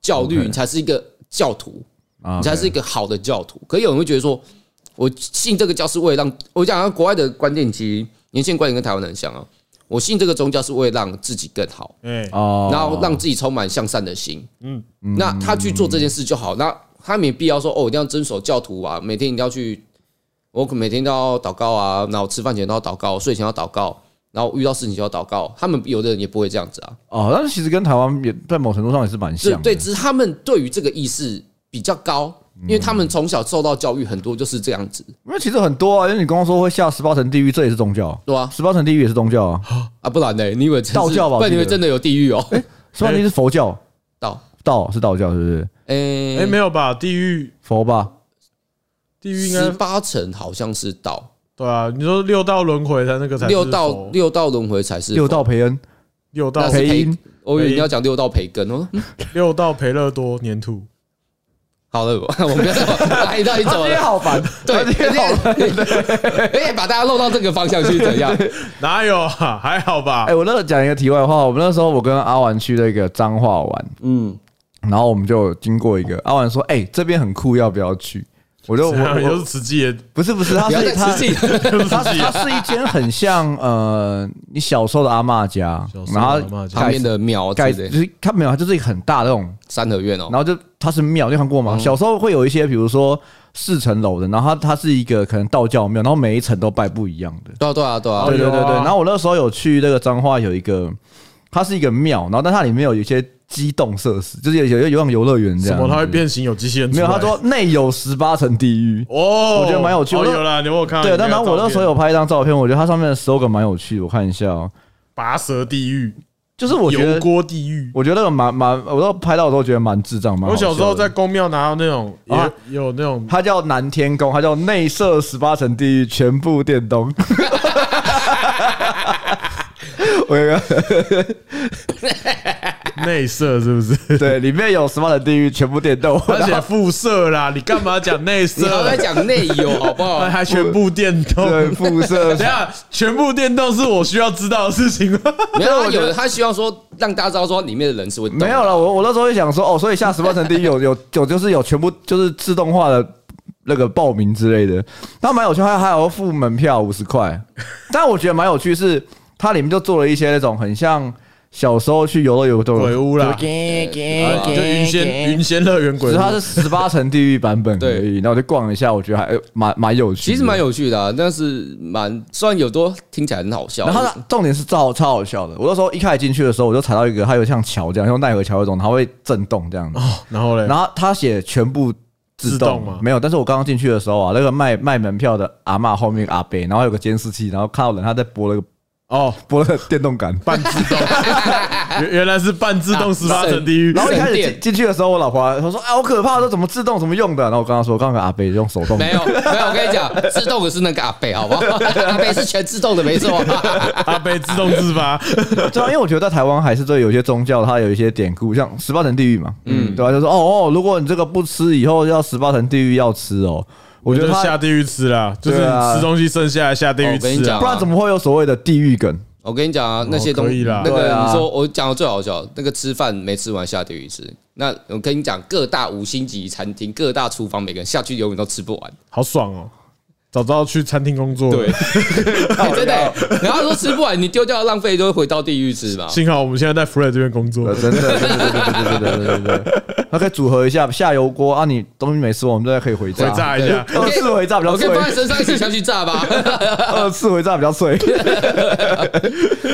C: 教律，你才是一个教徒，
B: 啊
C: 你才是一个好的教徒。可有人会觉得说，我信这个教是为了让我讲啊，国外的观点其实年轻人观点跟台湾人很像啊。我信这个宗教是为了让自己更好，
A: 哎，
B: 哦
C: 然后让自己充满向善的心。嗯，那他去做这件事就好，那他没必要说哦，我一定要遵守教徒啊，每天一定要去，我每天都要祷告啊，然后吃饭前都要祷告，睡前要祷告，然后遇到事情就要祷告。他们有的人也不会这样子啊，
B: 哦，但是其实跟台湾也在某程度上也是蛮
C: 对
A: 啊
B: 像的。
C: 对，只是他们对于这个意识比较高，因为他们从小受到教育很多就是这样子，
B: 因为其实很多啊，因为你刚刚说会下十八层地狱，这也是宗教，
C: 对吧？
B: 十八层地狱也是宗教 啊，
C: 啊，不然呢？你以为真是
B: 道教吧我
C: 不然
B: 记
C: 你
B: 得
C: 以为真的有地狱哦？
B: 十八层地狱是佛教，
C: 道，
B: 道是道教是不是？
A: 哎，
C: 诶，
A: 没有吧？地狱，
B: 佛吧？
A: 地狱应
C: 十
A: 该
C: 八层好像是道，
A: 对啊。你说六道轮回的那个才是
C: 六道
A: 佛
C: 六道轮回才是
B: 六
C: 佛
B: 道培恩、
A: 六道
C: 那是
B: 培
C: 培
B: 因，
C: 我以为你要讲六道培根哦。嗯
A: 六道培乐多粘土，
C: 好了，我我们不要再往哎，到底怎么
B: 今天
C: 了？
B: 好烦，
C: 对， 而且把大家漏到这个方向去，怎样？
A: 哪有啊？ 还好吧
B: 哎、？我那个讲一个题外话，我们那时候我跟阿丸去那个彰化玩，
C: 嗯，
B: 然后我们就有经过一个阿丸说：“哎、这边很酷，要不要去？”我就我
A: 怎样又
B: 我
A: 是啊慈济 的，
B: 不是不是，他
C: 不要
B: 是
C: 再
B: 他
C: 吃自己。
A: 又是
B: 它
A: 慈济
B: 它
A: 的。
B: 是一间很像呃你小时候的阿嬷家
A: 小，时候
B: 然后
A: 的阿嬷家
C: 旁边的庙之
B: 盖
C: 类
B: 就
C: 的，
B: 是它没有，它就是一个很大的那种，
C: 三合院哦
B: 然。后就它是庙，你有看过吗？
A: 嗯
B: 小时候会有一些，比如说四层楼的，然后它它是一个可能道教庙，然后每一层都拜不一样的。
C: 对啊，对啊，对啊
A: 哦。
B: 对对对
A: 有啊
B: 对。然后我那时候有去那个彰化有一个，它是一个庙，然后但它里面有一些机动设施，就是有有有像游乐园这
A: 什
B: 样。
A: 么？它会？变形？有机器人出
B: 没
A: 来？
B: 有，他说内有十八层地狱。
A: 哦，
B: 我觉得蛮有趣
A: 哦
B: 我就
A: 有啦，你有没有看到
B: 对，
A: 你那
B: 但
A: 个
B: 然
A: 照片？
B: 后我那时候有拍一张照片，我觉得它上面的 slogan 蛮有趣的，我看一下哦、
A: 拔舌地狱、
B: 就是我觉
A: 油
B: 得，
A: 锅地狱。
B: 我觉得那个蛮蛮，我都拍到我都觉得蛮智障，蛮好
A: 我小时候
B: 笑
A: 在，
B: 的
A: 公庙拿到那种，
B: 啊
A: 也有那种
B: 它叫南天宫，它叫内设十八层地狱，全部电动。 我有一个
A: 内射，是不是？
B: 对，里面有十八层地狱，全部 电动。
A: 而且辐射啦，你干嘛讲内
C: 你好
A: 射？
C: 歹讲内有好不好？
A: 还全部电动？
B: 哎对，辐射
A: 等一下全部电动是我需要知道的事情 吗？
C: 没有，他有的他希望说让大家知道说里面的人是会动的
B: 没有了。我我那时候就想说，哦，所以下十八层地狱有有有就是有全部就是自动化的那个报名之类的，它蛮有趣，还还有付门票五十块。但我觉得蛮有趣是，它里面就做了一些那种很像小时候去游乐园
A: 鬼屋啦
B: 就
A: 啊就云仙云仙乐园
B: 只
A: 鬼
B: 是
A: 屋，
B: 它是十八层地狱版本而
C: 对
B: 已。然后我就逛了一下，我觉得还哎蛮蛮有趣，
C: 其实蛮。有趣的啊，但是蛮虽然有多听起来很好笑，
B: 然后它重点是超超好笑的。我那时候一开始进去的时候，我就踩到一个，它有像桥这样，像奈何桥那种，它会震动这样子。
A: 然后嘞，
B: 然后他写全部自
A: 自动
B: 动
A: 吗
B: 没有。但是我刚刚进去的时候啊，那个卖卖门票的阿嬷后面有个阿伯，然后有个监视器，然后看到人他在播那个
A: 哦，
B: 播那个电动杆。
A: 半自动，原原来是半自动十八层地狱
B: 然。后一开始
C: 省电
B: 进进去的时候，我老婆她说：“哎，好可怕，这怎么自动，怎么用的？”然后我跟她说：“刚刚那个阿伯用手动。”
C: 没有没有，我跟你讲，自动的是那个阿北，好不好？阿北是全自动的，没错。
A: 阿贝自动自发，
B: 对啊，因为我觉得在台湾还是对有些宗教它有一些典故，像十八层地狱嘛，嗯，对吧、就说哦哦，如果你这个不吃，以后要十八层地狱要吃哦。我觉得
A: 就
B: 他
A: 下地狱吃啦，就是
B: 对啊
A: 你吃东西剩下来下地
C: 哦
A: 狱
C: 我跟你
A: 吃啊
C: 讲。
B: 不然怎么会有所谓的地 狱梗？
C: 我跟你讲啊，那些东
A: 哦可以
C: 西，
A: 啦
C: 那
B: 对
C: 个
B: 啊
C: 你说我讲的最好笑，那个吃饭没吃完下地狱吃。那我跟你讲，各大五星级餐厅、各大厨房，每个人下去永远都吃不完，
A: 好爽哦！早知道去餐厅工作，
C: 对，哎 真的欸。然后说吃不完，你丢掉浪费就会回到地狱吃嘛。
A: 幸好我们现在在福瑞这边工作
B: 呃，， 真的，对对对对对对对对对对，那可以组合一下下油锅啊，你东西没吃完，我们再可以回
A: 回
B: 炸，
A: 炸一 下。
B: 二次回炸比较
C: 我可以
B: 脆
C: 放，在身上一起下去 炸吧。
B: 二次回炸比较脆，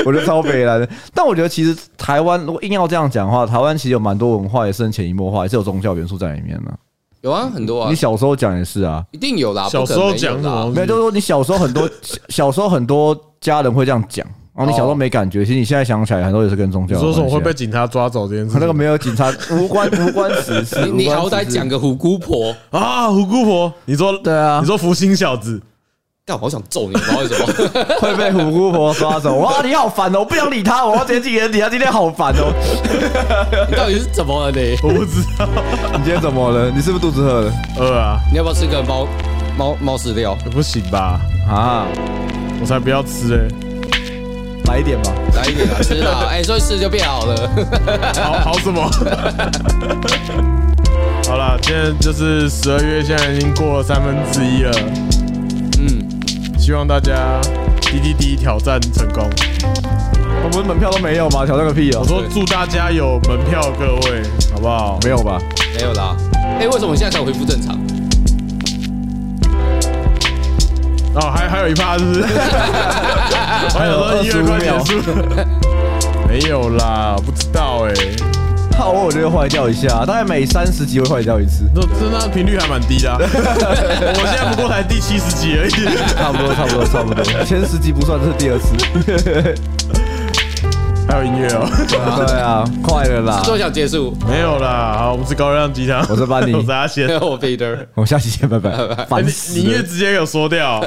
B: 我觉得超北蓝的。但我觉得其实台湾如果硬要这样讲的话，台湾其实有蛮多文化也是很潜移默化，也是有宗教元素在里面的。
C: 有啊，很多啊
B: 你，小时候讲也是啊，
C: 一定有啦。
A: 小
C: 不可
A: 时
C: 能
A: 候
C: 没有
A: 讲什
C: 啦
A: 么？
B: 没有，就是说你小时候很多小小时候很多家人会这样讲，然后你小时候没感觉，其实你现在想起来很多也是跟宗教
A: 你
B: 有
A: 说什
B: 关系啊。
A: 么会被警察抓走这件事情？
B: 那个没有警察无关无关此事，
C: 你你
B: 无关
C: 好歹
B: 此事
C: 讲个虎姑婆，
A: 啊，胡姑婆，你说
B: 对啊
A: 你，说福星小子，
C: 干我好想揍你，不知道为什 么。
B: 会被虎姑婆抓走。哇，你好烦哦！我不想理他，我要直接进眼底。他今天好烦哦。
C: 你到底是怎么了你？
A: 我不知道，
B: 你今天怎么了？你是不是肚子饿了
A: 饿啊，
C: 你要不要吃个猫猫猫饲料？
A: 呃不行吧？
B: 啊？
A: 我才不要吃嘞，
B: 来一点吧。
C: 来一点啊，吃啦！哎、所以吃就变好了。
A: 欸好好什么？ 好了，现在就是十二月，现在已经过了三分之一了，
C: 嗯，
A: 希望大家滴滴滴挑战成功。
B: 我不是门票都没有吗？挑战个屁哦
A: 我！说祝大家有门票，各位好不好？
B: 没有吧？
C: 没有啦。哎，为什么我现在才恢复正常？
A: 哦，还还有一趴是不是？我还想说音乐快结束了， 没有啦，不知道哎、
B: 好，我觉得坏掉一下，大概每三十集会坏掉一次，
A: 那真的频率还蛮低的、 啊，我现在不过才第七十集而已，
B: 差不多，差不多，差不多。前十集不算，这是第二次。
A: 还有音乐哦，
B: 对啊，快了啦！
C: 多想结束。
A: 没有啦，好，我们是高热量鸡汤，
B: 我是班尼
A: 我是阿贤，
C: 我 Peter，
B: 我们下期见，拜拜。
A: 哎
B: 烦
A: 你
B: 死
A: 你
B: 了
A: 越直接给我说掉。